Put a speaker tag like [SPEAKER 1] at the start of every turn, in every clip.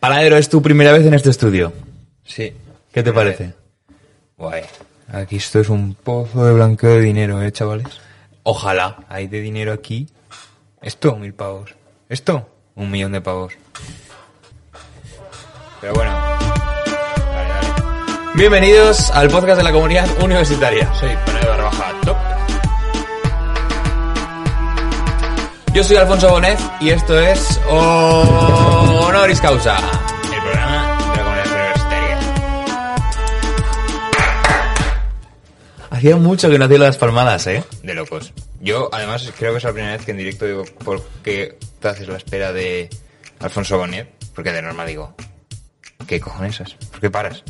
[SPEAKER 1] Panadero, es tu primera vez en este estudio.
[SPEAKER 2] Sí.
[SPEAKER 1] ¿Qué te parece?
[SPEAKER 2] Guay. Aquí esto es un pozo de blanqueo de dinero, ¿eh, chavales?
[SPEAKER 1] Ojalá.
[SPEAKER 2] Hay de dinero aquí. Esto, mil pavos. Esto, un millón de pavos. Pero bueno. Vale, vale.
[SPEAKER 1] Bienvenidos al podcast de la comunidad universitaria. Soy Panadero barra baja Top. Yo soy Alfonso Bonet y esto es Honoris Causa.
[SPEAKER 2] El programa de la comunidad universitaria.
[SPEAKER 1] Hacía mucho que no hacía las palmadas, ¿eh?
[SPEAKER 2] De locos. Yo, además, creo que es la primera vez que en directo digo por qué te haces la espera de Alfonso Bonet. Porque de normal digo, ¿qué cojones es? ¿Por qué paras?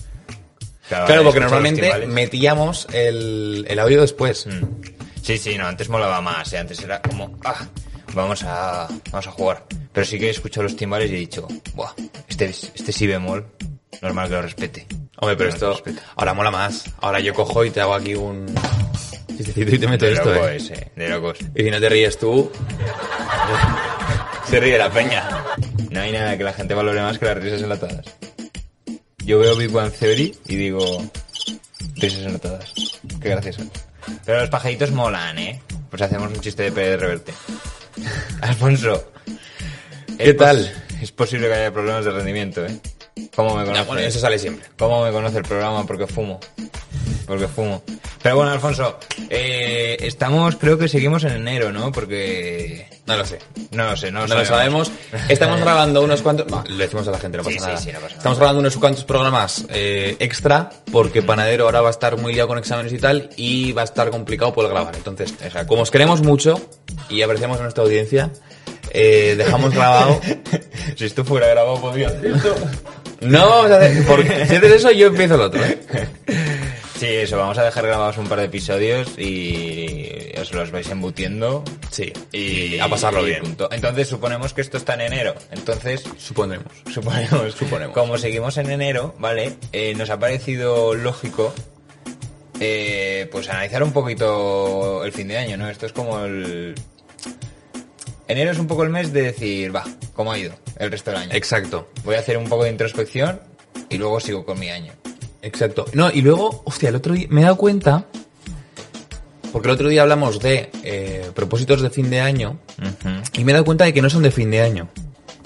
[SPEAKER 1] Claro, porque
[SPEAKER 2] escucho Ah, los
[SPEAKER 1] normalmente
[SPEAKER 2] timbales.
[SPEAKER 1] metíamos el, el audio después.
[SPEAKER 2] Mm. Sí, sí, no, antes molaba más, ¿eh? antes era como, ah, vamos a, vamos a jugar. Pero sí que he escuchado los timbales y he dicho, buah, este, es- este si bemol, normal que lo respete.
[SPEAKER 1] Hombre, pero
[SPEAKER 2] Normal que
[SPEAKER 1] esto
[SPEAKER 2] lo respete.
[SPEAKER 1] ahora mola más. Ahora yo cojo y te hago aquí un... chistecito Y te meto
[SPEAKER 2] De
[SPEAKER 1] esto,
[SPEAKER 2] locos,
[SPEAKER 1] ¿eh?
[SPEAKER 2] ese, de locos.
[SPEAKER 1] Y si no te ríes tú...
[SPEAKER 2] Se ríe la peña. No hay nada que la gente valore más que las risas enlatadas. Yo veo Big Bang Theory y digo, risas enlatadas. Qué gracioso. Pero los pajaritos molan, ¿eh? Pues hacemos un chiste de Pérez de Reverte. Alfonso.
[SPEAKER 1] ¿Qué
[SPEAKER 2] es pos-
[SPEAKER 1] tal?
[SPEAKER 2] Es posible que haya problemas de rendimiento, ¿eh? ¿Cómo me
[SPEAKER 1] Ah,
[SPEAKER 2] conoces?
[SPEAKER 1] bueno, eso sale siempre.
[SPEAKER 2] ¿Cómo me conoce el programa? Porque fumo. Porque fumo. Pero bueno, Alfonso, eh, estamos, creo que seguimos en enero, ¿no? Porque...
[SPEAKER 1] No lo sé.
[SPEAKER 2] No lo sé, no lo,
[SPEAKER 1] No lo sabemos. Estamos grabando unos cuantos... no, lo decimos a la gente, no pasa
[SPEAKER 2] Sí, sí,
[SPEAKER 1] nada.
[SPEAKER 2] sí, no pasa nada.
[SPEAKER 1] Estamos grabando unos cuantos programas eh, extra porque Panadero ahora va a estar muy liado con exámenes y tal y va a estar complicado poder grabar. Entonces,
[SPEAKER 2] Exacto.
[SPEAKER 1] como os queremos mucho y apreciamos a nuestra audiencia, eh, dejamos grabado...
[SPEAKER 2] Si esto fuera grabado, pues podría hacer esto.
[SPEAKER 1] No vamos a hacer... Porque si haces eso, yo empiezo el otro, ¿eh?
[SPEAKER 2] Sí, eso, vamos a dejar grabados un par de episodios y os los vais embutiendo.
[SPEAKER 1] Sí.
[SPEAKER 2] Y
[SPEAKER 1] a pasarlo
[SPEAKER 2] y
[SPEAKER 1] bien.
[SPEAKER 2] punto. Entonces suponemos que esto está en enero. Entonces,
[SPEAKER 1] Supondremos.
[SPEAKER 2] suponemos,
[SPEAKER 1] Suponemos.
[SPEAKER 2] Como seguimos en enero, ¿vale? Eh, nos ha parecido lógico eh, pues analizar un poquito el fin de año, ¿no? Esto es como el... Enero es un poco el mes de decir, va, ¿cómo ha ido el resto del año?
[SPEAKER 1] Exacto.
[SPEAKER 2] Voy a hacer un poco de introspección y luego sigo con mi año.
[SPEAKER 1] Exacto. No, y luego, hostia, el otro día me he dado cuenta, porque el otro día hablamos de eh, propósitos de fin de año, y me he dado cuenta de que no son de fin de año,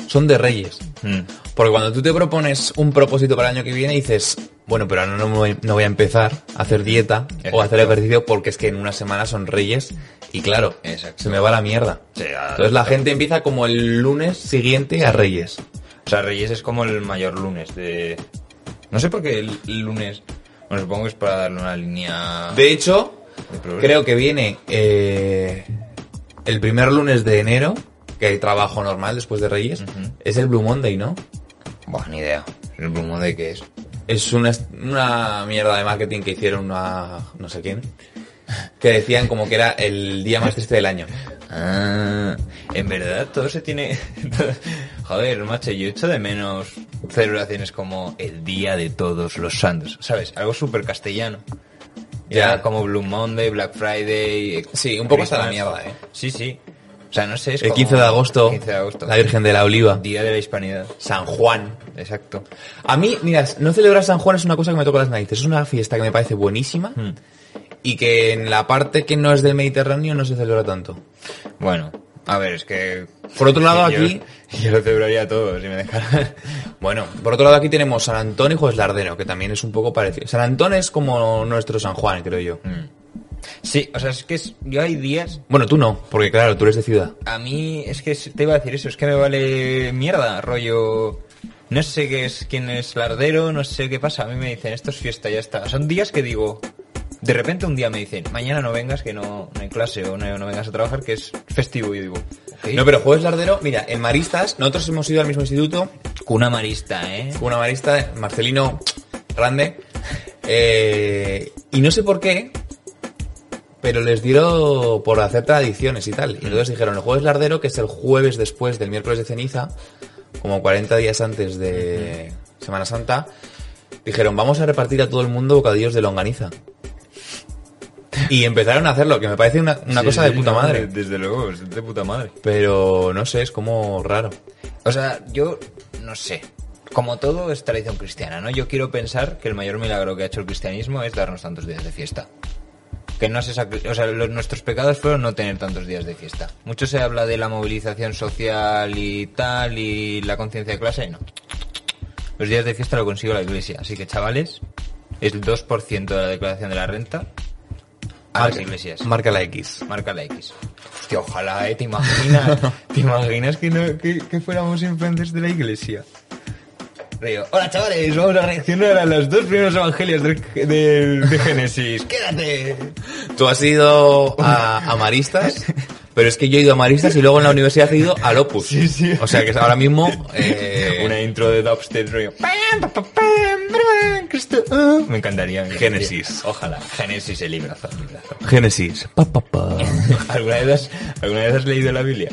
[SPEAKER 1] son de reyes.
[SPEAKER 2] Mm.
[SPEAKER 1] Porque cuando tú te propones un propósito para el año que viene, dices, bueno, pero ahora no, me voy- no voy a empezar a hacer dieta o a hacer
[SPEAKER 2] Exacto.
[SPEAKER 1] ejercicio porque es que en una semana son reyes y claro,
[SPEAKER 2] Exacto.
[SPEAKER 1] se me va la mierda.
[SPEAKER 2] Sí, a-
[SPEAKER 1] Entonces la gente empieza como el lunes siguiente a reyes.
[SPEAKER 2] O sea, Reyes es como el mayor lunes de... No sé por qué el el lunes... Bueno, supongo que es para darle una línea...
[SPEAKER 1] De hecho,
[SPEAKER 2] de progreso.
[SPEAKER 1] creo que viene eh, el primer lunes de enero, que hay trabajo normal después de Reyes, es el Blue Monday, ¿no?
[SPEAKER 2] Buah, ni idea. El Blue de qué es.
[SPEAKER 1] Es una, una mierda de marketing que hicieron una... no sé quién, que decían como que era el día más triste del año.
[SPEAKER 2] Ah, en verdad todo se tiene... Joder, macho, yo echo de menos celebraciones como el Día de Todos los Santos. ¿Sabes? Algo súper castellano. Ya,
[SPEAKER 1] Ya.
[SPEAKER 2] como Blue Monday, Black Friday... eh,
[SPEAKER 1] Sí, un poco hasta la
[SPEAKER 2] Christmas.
[SPEAKER 1] mierda, ¿eh?
[SPEAKER 2] Sí, sí. O sea, no sé, es
[SPEAKER 1] El
[SPEAKER 2] como-
[SPEAKER 1] 15 de agosto,
[SPEAKER 2] 15 de agosto.
[SPEAKER 1] la Virgen de la Oliva,
[SPEAKER 2] Día de la Hispanidad.
[SPEAKER 1] San Juan.
[SPEAKER 2] Exacto.
[SPEAKER 1] A mí, mira, no celebrar San Juan es una cosa que me toca las narices. Es una fiesta que me parece buenísima y que en la parte que no es del Mediterráneo no se celebra tanto.
[SPEAKER 2] Bueno, a ver, es que...
[SPEAKER 1] Por otro lado,
[SPEAKER 2] yo-
[SPEAKER 1] aquí-
[SPEAKER 2] Yo lo celebraría todo, si me dejaran...
[SPEAKER 1] Bueno, por otro lado aquí tenemos San Antón y Jueves Lardeno, que también es un poco parecido. San Antón es como nuestro San Juan, creo yo.
[SPEAKER 2] Sí, o sea, es que es- yo hay días...
[SPEAKER 1] Bueno, tú no, porque claro, tú eres de ciudad.
[SPEAKER 2] A mí, es que es- te iba a decir eso, es que me vale mierda, rollo... No sé qué es, quién es lardero, no sé qué pasa. A mí me dicen, esto es fiesta, ya está. Son días que digo... De repente un día me dicen, mañana no vengas, que no, no hay clase, o no, no vengas a trabajar, que es festivo. Y yo digo, ok.
[SPEAKER 1] No, pero Jueves Lardeno, mira, en Maristas, nosotros hemos ido al mismo instituto
[SPEAKER 2] Cuna marista, ¿eh?
[SPEAKER 1] Una marista, Marcelino, grande. Eh, y no sé por qué, pero les dieron por hacer tradiciones y
[SPEAKER 2] Mm.
[SPEAKER 1] tal. Y entonces dijeron, el jueves lardero, que es el jueves después del miércoles de ceniza, como 40 días antes de Semana Santa, dijeron, vamos a repartir a todo el mundo bocadillos de longaniza. Y empezaron a hacerlo, que me parece una, una
[SPEAKER 2] Sí,
[SPEAKER 1] cosa
[SPEAKER 2] sí,
[SPEAKER 1] de puta
[SPEAKER 2] no,
[SPEAKER 1] madre.
[SPEAKER 2] Desde luego, es de puta madre.
[SPEAKER 1] Pero no sé, es como raro.
[SPEAKER 2] O sea, yo no sé. Como todo es tradición cristiana, ¿no? Yo quiero pensar que el mayor milagro que ha hecho el cristianismo es darnos tantos días de fiesta. Que no se sacri- o sea, los- nuestros pecados fueron no tener tantos días de fiesta. Mucho se habla de la movilización social y tal y la conciencia de clase, y no. Los días de fiesta lo consigo la iglesia. Así que, chavales, es el 2% de la declaración de la renta a las iglesias.
[SPEAKER 1] Marca la X.
[SPEAKER 2] Marca la X. Hostia, ojalá, ¿eh? ¿Te imaginas? ¿Te imaginas que, no, que, que fuéramos influencers de la iglesia? Río. Hola, chavales, vamos a reaccionar a los dos primeros evangelios del- del- de, Génesis. ¡Quédate!
[SPEAKER 1] Tú has ido a, a Maristas, pero es que yo he ido a Maristas y luego en la universidad he ido al Opus.
[SPEAKER 2] Sí, sí.
[SPEAKER 1] O sea que ahora mismo... eh,
[SPEAKER 2] Una intro de dubstep, río. Pam, pa, pa, pam, brum, Cristo, ah. Me encantaría. me encantaría.
[SPEAKER 1] Génesis.
[SPEAKER 2] Ojalá. Génesis, el librazo, el librazo.
[SPEAKER 1] Génesis. Pa, pa, pa.
[SPEAKER 2] ¿Alguna, vez has, ¿Alguna vez has leído la Biblia?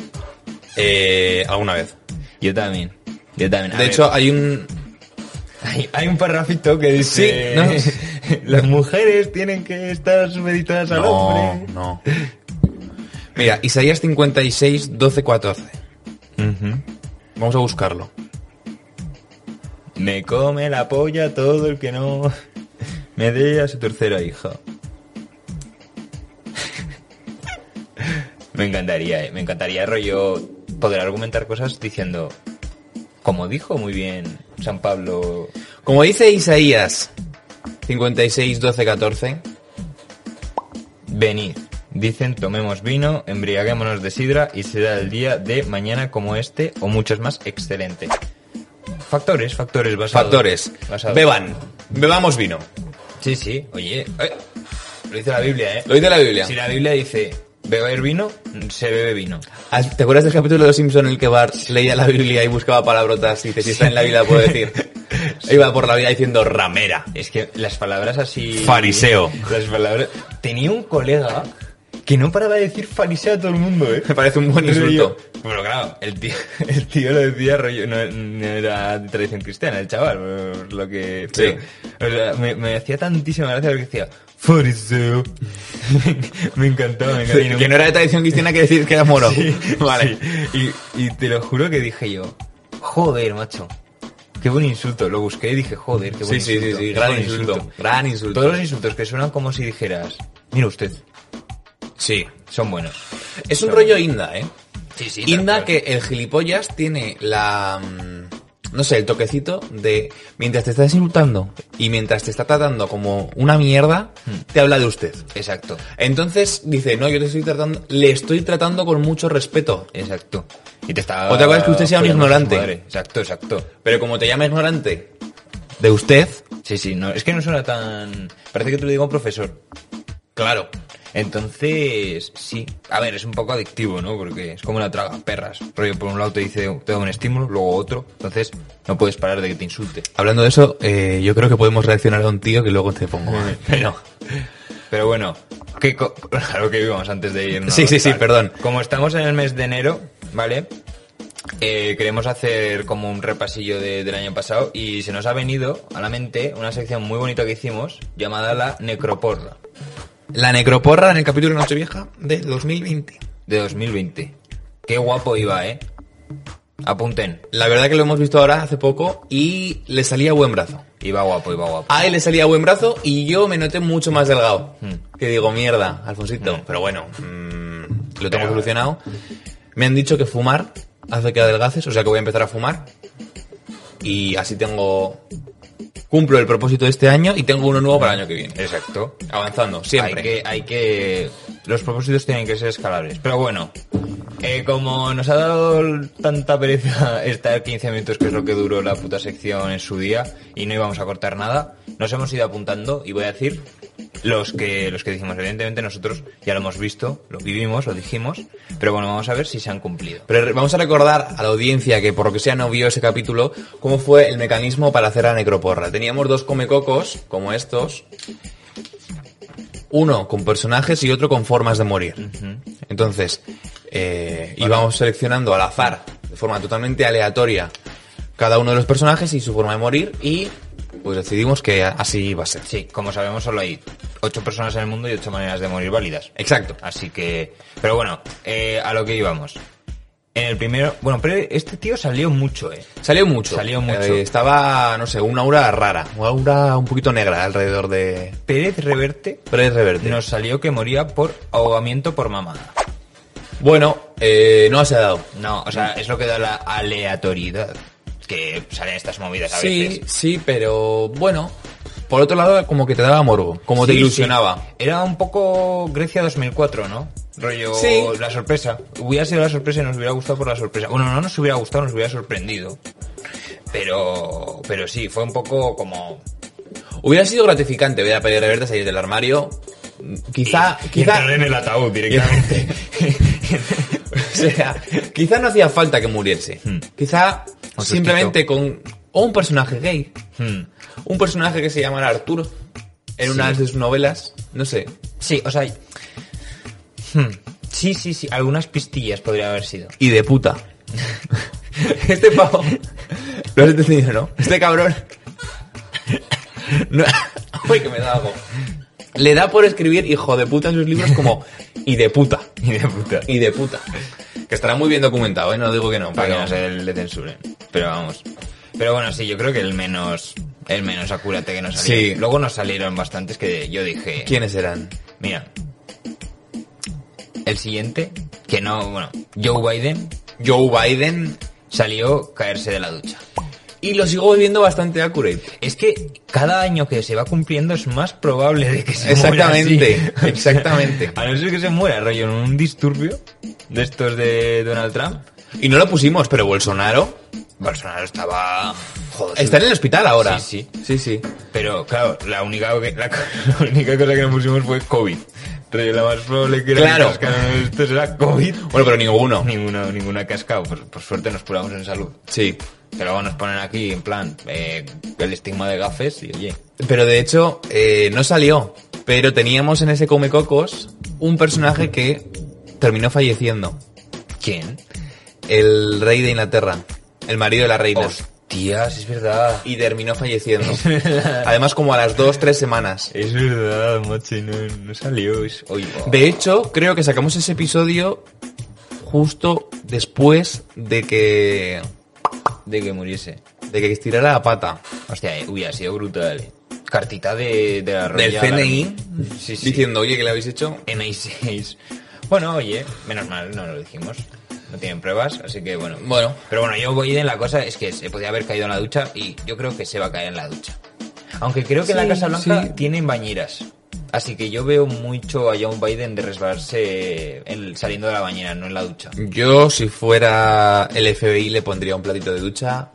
[SPEAKER 1] Eh, alguna vez.
[SPEAKER 2] Yo también. Yo también. A
[SPEAKER 1] De
[SPEAKER 2] ver.
[SPEAKER 1] hecho, hay un...
[SPEAKER 2] Hay, hay un parrafito que dice...
[SPEAKER 1] Sí,
[SPEAKER 2] Las mujeres tienen que estar sumeditadas al
[SPEAKER 1] No,
[SPEAKER 2] hombre.
[SPEAKER 1] no. Mira, Isaías 56, 12, 14. Vamos a buscarlo.
[SPEAKER 2] Me come la polla todo el que no me dé a su tercera hija. me encantaría, eh, me encantaría rollo poder argumentar cosas diciendo... Como dijo muy bien San Pablo...
[SPEAKER 1] Como dice Isaías 56, 12, 14.
[SPEAKER 2] Venid. Dicen, tomemos vino, embriaguémonos de sidra y será el día de mañana como este o muchos más excelente. Factores, factores basados.
[SPEAKER 1] Factores.
[SPEAKER 2] basados.
[SPEAKER 1] Beban. Bebamos vino.
[SPEAKER 2] Sí, sí. Oye, eh, lo dice la Biblia, ¿eh?
[SPEAKER 1] Lo dice la Biblia.
[SPEAKER 2] Si la Biblia dice beber vino, se bebe vino.
[SPEAKER 1] ¿Has- Ah, ¿Te acuerdas del capítulo de Los Simpson en el que Bart leía la Biblia y buscaba palabrotas y te si está en la Biblia puedo decir? Iba por la vida diciendo ramera.
[SPEAKER 2] Es que las palabras así...
[SPEAKER 1] Fariseo.
[SPEAKER 2] Las palabras... Tenía un colega que no paraba de decir fariseo a todo el mundo, ¿eh?
[SPEAKER 1] Me parece un buen insulto.
[SPEAKER 2] Rollo- Pero claro, el tío, el tío lo decía rollo, no, no era de tradición cristiana, el chaval, por lo que...
[SPEAKER 1] Sí.
[SPEAKER 2] pero, o sea, me, me hacía tantísima gracia porque decía, fariseo. me encantaba, me encantaba. Y
[SPEAKER 1] Que no era de tradición cristiana que decir que era moro.
[SPEAKER 2] Sí,
[SPEAKER 1] vale.
[SPEAKER 2] sí. Y, y te lo juro que dije yo, joder, macho. Qué buen insulto. Lo busqué y dije, joder, qué
[SPEAKER 1] Sí,
[SPEAKER 2] buen
[SPEAKER 1] sí,
[SPEAKER 2] insulto.
[SPEAKER 1] sí, sí,
[SPEAKER 2] qué
[SPEAKER 1] gran
[SPEAKER 2] buen
[SPEAKER 1] insulto, gran insulto.
[SPEAKER 2] Todos los insultos que suenan como si dijeras, mira usted,
[SPEAKER 1] Sí.
[SPEAKER 2] son buenos.
[SPEAKER 1] Es un
[SPEAKER 2] Son
[SPEAKER 1] rollo
[SPEAKER 2] buenos.
[SPEAKER 1] inda, ¿eh?
[SPEAKER 2] Sí, sí,
[SPEAKER 1] Inda
[SPEAKER 2] tal cual.
[SPEAKER 1] que el gilipollas tiene la... mm, No sé, el toquecito de... Mientras te estás insultando y mientras te está tratando como una mierda, te habla de usted.
[SPEAKER 2] Exacto,
[SPEAKER 1] Entonces dice, no, yo te estoy tratando... Le estoy tratando con mucho respeto.
[SPEAKER 2] exacto. Y te estaba...
[SPEAKER 1] Otra cosa es que usted sea un
[SPEAKER 2] follando a su
[SPEAKER 1] ignorante.
[SPEAKER 2] madre. Exacto, exacto.
[SPEAKER 1] Pero como te llama ignorante de usted,
[SPEAKER 2] Sí, sí, no, es que no suena tan... Parece que te lo digo a un profesor.
[SPEAKER 1] claro.
[SPEAKER 2] Entonces, sí. A ver, es un poco adictivo, ¿no? Porque es como una traga perras. Rollo, por un lado te dice, te da un estímulo, luego otro. Entonces, no puedes parar de que te insulte.
[SPEAKER 1] Hablando de eso, eh, yo creo que podemos reaccionar a un tío que luego te pongo. Pero,
[SPEAKER 2] Pero bueno, que co- claro que vivimos antes de irnos.
[SPEAKER 1] Sí, sí, sí, perdón.
[SPEAKER 2] Como estamos en el mes de enero, ¿vale? Eh, queremos hacer como un repasillo de- del año pasado y se nos ha venido a la mente una sección muy bonita que hicimos llamada la necroporra
[SPEAKER 1] la necroporra en el capítulo Nochevieja de 2020.
[SPEAKER 2] de 2020. Qué guapo iba, ¿eh? Apunten.
[SPEAKER 1] La verdad que lo hemos visto ahora hace poco y le salía buen brazo.
[SPEAKER 2] Iba guapo, iba guapo.
[SPEAKER 1] A él le salía buen brazo y yo me noté mucho más delgado.
[SPEAKER 2] Mm.
[SPEAKER 1] Que digo, mierda, Alfonsito.
[SPEAKER 2] Mm.
[SPEAKER 1] Pero bueno, mm, lo tengo
[SPEAKER 2] Pero-
[SPEAKER 1] solucionado. Me han dicho que fumar hace que adelgaces, o sea que voy a empezar a fumar. Y así tengo... Cumplo el propósito de este año y tengo uno nuevo para el año que viene.
[SPEAKER 2] mm, Exacto.
[SPEAKER 1] Avanzando, siempre.
[SPEAKER 2] Hay que, hay que. Los propósitos tienen que ser escalables. Pero bueno, eh, como nos ha dado tanta pereza estar 15 minutos, que es lo que duró la puta sección en su día, y no íbamos a cortar nada, nos hemos ido apuntando y voy a decir los que, los que decimos, evidentemente nosotros ya lo hemos visto, lo vivimos, lo dijimos, pero bueno, vamos a ver si se han cumplido.
[SPEAKER 1] Pero re- vamos a recordar a la audiencia que por lo que sea no vio ese capítulo, cómo fue el mecanismo para hacer la necroporra. Teníamos dos comecocos, como estos, uno con personajes y otro con formas de morir. Entonces, eh, íbamos seleccionando al azar, de forma totalmente aleatoria, cada uno de los personajes y su forma de morir y pues decidimos que así iba a ser.
[SPEAKER 2] Sí, como sabemos, solo hay ocho personas en el mundo y ocho maneras de morir válidas.
[SPEAKER 1] Exacto.
[SPEAKER 2] Así que, pero bueno, eh, a lo que íbamos. En el primero, bueno, pero este tío salió mucho, eh.
[SPEAKER 1] Salió mucho.
[SPEAKER 2] Salió mucho.
[SPEAKER 1] Eh, estaba, no sé, una aura rara, una aura un poquito negra alrededor de
[SPEAKER 2] Pérez Reverte
[SPEAKER 1] Pérez Reverte.
[SPEAKER 2] nos salió que moría por ahogamiento por mamada.
[SPEAKER 1] Bueno, eh, no se ha dado.
[SPEAKER 2] No, o sea, es lo que da la aleatoriedad. Que salen estas movidas a
[SPEAKER 1] Sí,
[SPEAKER 2] veces.
[SPEAKER 1] sí, pero bueno. Por otro lado, como que te daba morbo, como te
[SPEAKER 2] Sí,
[SPEAKER 1] ilusionaba.
[SPEAKER 2] sí. Era un poco Grecia 2004, ¿no? Rollo
[SPEAKER 1] Sí.
[SPEAKER 2] la sorpresa. Hubiera sido la sorpresa y nos hubiera gustado por la sorpresa. Bueno, no nos hubiera gustado, nos hubiera sorprendido. Pero, pero sí, fue un poco como...
[SPEAKER 1] Hubiera sido gratificante ver a Pérez Reverte salir del armario. Quizá,
[SPEAKER 2] y- y
[SPEAKER 1] quizá,
[SPEAKER 2] entrar en el ataúd directamente.
[SPEAKER 1] o sea, quizá no hacía falta que muriese.
[SPEAKER 2] Hmm.
[SPEAKER 1] Quizá
[SPEAKER 2] Un sustito.
[SPEAKER 1] simplemente con o un personaje gay,
[SPEAKER 2] Hmm.
[SPEAKER 1] un personaje que se llamara Arturo en
[SPEAKER 2] Sí.
[SPEAKER 1] una de sus novelas, no sé.
[SPEAKER 2] sí, o sea... hmm. Sí, sí, sí, algunas pistillas podría haber sido.
[SPEAKER 1] Y de puta. Este pavo. Lo has entendido, ¿no? Este cabrón. No- Uy, que me da algo. Le da por escribir hijo de puta en sus libros como y de puta.
[SPEAKER 2] Y de puta.
[SPEAKER 1] Y de puta. Que estará muy bien documentado, ¿eh? No digo que no.
[SPEAKER 2] para que
[SPEAKER 1] pero-
[SPEAKER 2] no se le censuren. Pero vamos. Pero bueno, sí, yo creo que el menos, el menos acúrate que nos salió.
[SPEAKER 1] Sí.
[SPEAKER 2] Luego nos salieron bastantes que yo dije,
[SPEAKER 1] ¿Quiénes eran?
[SPEAKER 2] mira, el siguiente, que no, bueno, Joe Biden
[SPEAKER 1] Joe Biden.
[SPEAKER 2] salió caerse de la ducha.
[SPEAKER 1] Y lo sigo viendo bastante accurate.
[SPEAKER 2] Es que cada año que se va cumpliendo es más probable de que se
[SPEAKER 1] Exactamente,
[SPEAKER 2] muera así.
[SPEAKER 1] exactamente.
[SPEAKER 2] A no ser que se muera, rollo, en un disturbio de estos de Donald Trump.
[SPEAKER 1] Y no lo pusimos, pero Bolsonaro
[SPEAKER 2] Bolsonaro estaba... Joder,
[SPEAKER 1] está en el hospital ahora.
[SPEAKER 2] Sí,
[SPEAKER 1] sí. Sí,
[SPEAKER 2] Pero claro, la única, que- la, co- la única cosa que nos pusimos fue COVID. Pero la más probable que era
[SPEAKER 1] Claro.
[SPEAKER 2] que cascaran esto será COVID.
[SPEAKER 1] Bueno, pero ninguno.
[SPEAKER 2] Ninguna, ninguna ha cascado, por, por suerte nos curamos en salud.
[SPEAKER 1] Sí.
[SPEAKER 2] Que luego nos ponen aquí, en plan, eh, el estigma de gafes y oye.
[SPEAKER 1] Pero de hecho, eh, no salió. Pero teníamos en ese Come Cocos un personaje que terminó falleciendo.
[SPEAKER 2] ¿Quién?
[SPEAKER 1] El rey de Inglaterra. El marido de la reina.
[SPEAKER 2] Hostias, es verdad.
[SPEAKER 1] Y terminó falleciendo. Además, como a las dos, tres semanas.
[SPEAKER 2] Es verdad, macho, y no, no salió. Es, oye, oh.
[SPEAKER 1] De hecho, creo que sacamos ese episodio justo después de que.
[SPEAKER 2] de que muriese.
[SPEAKER 1] de que estirara la pata.
[SPEAKER 2] Hostia, eh, hubiera sido brutal. eh. Cartita de, de la
[SPEAKER 1] Del
[SPEAKER 2] Royal
[SPEAKER 1] CNI.
[SPEAKER 2] Army. Sí, sí.
[SPEAKER 1] Diciendo, oye, ¿qué le habéis hecho?
[SPEAKER 2] MI6. Bueno, oye, menos mal, no lo dijimos. No tienen pruebas, así que bueno.
[SPEAKER 1] Bueno.
[SPEAKER 2] Pero bueno, yo voy en la cosa, es que se podía haber caído en la ducha y yo creo que se va a caer en la ducha. Aunque creo que en la
[SPEAKER 1] Sí,
[SPEAKER 2] Casa Blanca
[SPEAKER 1] sí.
[SPEAKER 2] tienen bañeras. Así que yo veo mucho a John Biden de resbalarse en- saliendo de la bañera, no en la ducha.
[SPEAKER 1] Yo, si fuera el FBI, le pondría un platito de ducha.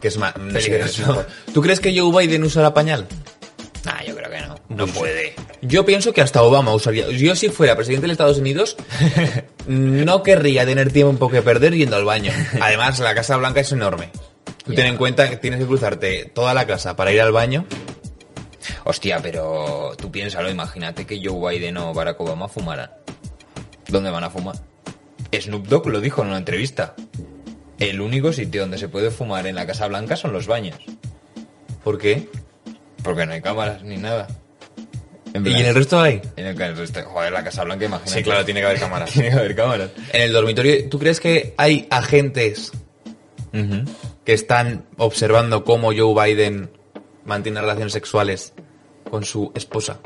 [SPEAKER 1] Que es más
[SPEAKER 2] Peligroso.
[SPEAKER 1] peligroso. ¿Tú crees que Joe Biden usará pañal?
[SPEAKER 2] Nah, yo creo que no. No
[SPEAKER 1] Pues-
[SPEAKER 2] puede.
[SPEAKER 1] Yo pienso que hasta Obama usaría. Yo, si fuera presidente de Estados Unidos, no querría tener tiempo que perder yendo al baño. Además, la Casa Blanca es enorme. Tú ten en cuenta que tienes que cruzarte toda la casa para ir al baño.
[SPEAKER 2] Hostia, pero tú piénsalo, imagínate que Joe Biden o Barack Obama fumaran. ¿Dónde van a fumar? Snoop Dogg lo dijo en una entrevista. El único sitio donde se puede fumar en la Casa Blanca son los baños.
[SPEAKER 1] ¿Por qué?
[SPEAKER 2] Porque no hay cámaras ni nada. En
[SPEAKER 1] ¿Y
[SPEAKER 2] plan,
[SPEAKER 1] en el resto hay?
[SPEAKER 2] en el- en el resto- este- Joder, la Casa Blanca, imagínate.
[SPEAKER 1] Sí, claro, tiene que haber cámaras.
[SPEAKER 2] Tiene que haber cámaras.
[SPEAKER 1] En el dormitorio, ¿tú crees que hay agentes
[SPEAKER 2] Ujú.
[SPEAKER 1] que están observando cómo Joe Biden mantiene relaciones sexuales con su esposa?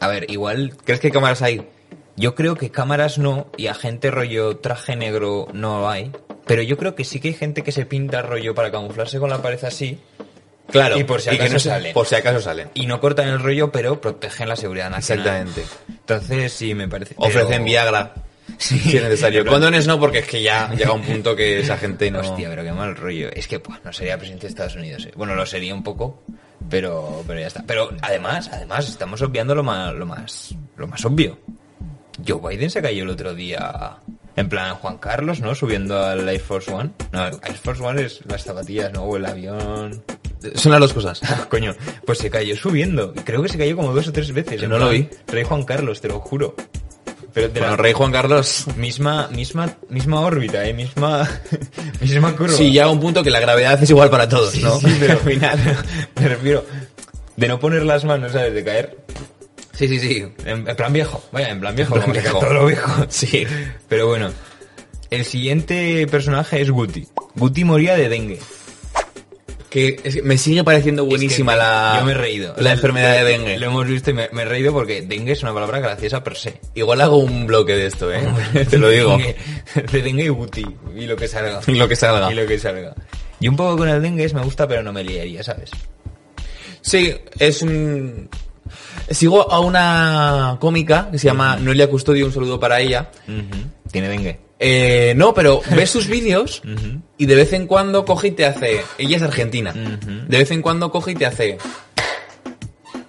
[SPEAKER 2] A ver, igual
[SPEAKER 1] ¿Crees que hay cámaras ahí?
[SPEAKER 2] Yo creo que cámaras no y a gente rollo traje negro no hay. Pero yo creo que sí que hay gente que se pinta rollo para camuflarse con la pared así
[SPEAKER 1] Claro.
[SPEAKER 2] Y por si
[SPEAKER 1] que
[SPEAKER 2] acaso
[SPEAKER 1] no se-
[SPEAKER 2] salen.
[SPEAKER 1] Por si acaso salen.
[SPEAKER 2] y no cortan el rollo, pero protegen la seguridad nacional.
[SPEAKER 1] Exactamente.
[SPEAKER 2] Entonces, sí, me parece.
[SPEAKER 1] Ofrecen
[SPEAKER 2] pero-
[SPEAKER 1] Viagra. Si es necesario. Condones no, porque es que ya llega un punto que esa gente no.
[SPEAKER 2] Hostia, pero qué mal rollo. Es que pues, no sería presidente de Estados Unidos. eh. Bueno, lo sería un poco, Pero, pero ya está. Pero además, además, estamos obviando lo más, lo más, lo más obvio. Joe Biden se cayó el otro día en plan Juan Carlos, ¿no? Subiendo al Air Force One. No, el Air Force One es las zapatillas, ¿no? O el avión.
[SPEAKER 1] Son las dos cosas.
[SPEAKER 2] Coño, pues se cayó subiendo. Creo que se cayó como dos o tres veces.
[SPEAKER 1] Yo
[SPEAKER 2] en
[SPEAKER 1] no lo
[SPEAKER 2] plan,
[SPEAKER 1] vi.
[SPEAKER 2] Rey Juan Carlos, te lo juro. Pero de
[SPEAKER 1] Bueno,
[SPEAKER 2] la
[SPEAKER 1] Rey Juan Carlos.
[SPEAKER 2] misma, misma, misma órbita, ¿eh? Misma, misma curva.
[SPEAKER 1] Sí, llega un punto que la gravedad es igual para todos,
[SPEAKER 2] Sí,
[SPEAKER 1] ¿no?
[SPEAKER 2] sí, pero al final, me refiero, de no poner las manos, ¿sabes? De caer.
[SPEAKER 1] Sí, sí, sí.
[SPEAKER 2] En, en plan viejo, vaya, en plan viejo,
[SPEAKER 1] En plan
[SPEAKER 2] como se cae
[SPEAKER 1] viejo.
[SPEAKER 2] todo lo viejo.
[SPEAKER 1] Sí.
[SPEAKER 2] Pero bueno, el siguiente personaje es Guti. Guti moría de dengue.
[SPEAKER 1] Que es que me sigue pareciendo buenísima
[SPEAKER 2] Es que
[SPEAKER 1] la,
[SPEAKER 2] Yo me he reído.
[SPEAKER 1] la enfermedad de dengue.
[SPEAKER 2] Lo hemos visto y me, me he reído porque dengue es una palabra graciosa per se.
[SPEAKER 1] Igual hago un bloque de esto, ¿eh? Te lo digo.
[SPEAKER 2] De dengue- De dengue y Guti. Y lo que salga.
[SPEAKER 1] Y lo que salga.
[SPEAKER 2] Y lo que salga. Y un poco con el dengue es me gusta, pero no me liaría, ¿sabes?
[SPEAKER 1] Sí, es un... Sigo a una cómica que se llama Noelia Custodio, un saludo para ella.
[SPEAKER 2] Tiene dengue.
[SPEAKER 1] Eh, no, pero ves sus vídeos
[SPEAKER 2] Ujú.
[SPEAKER 1] y de vez en cuando coge y te hace... Ella es argentina.
[SPEAKER 2] Ujú.
[SPEAKER 1] De vez en cuando coge y te hace...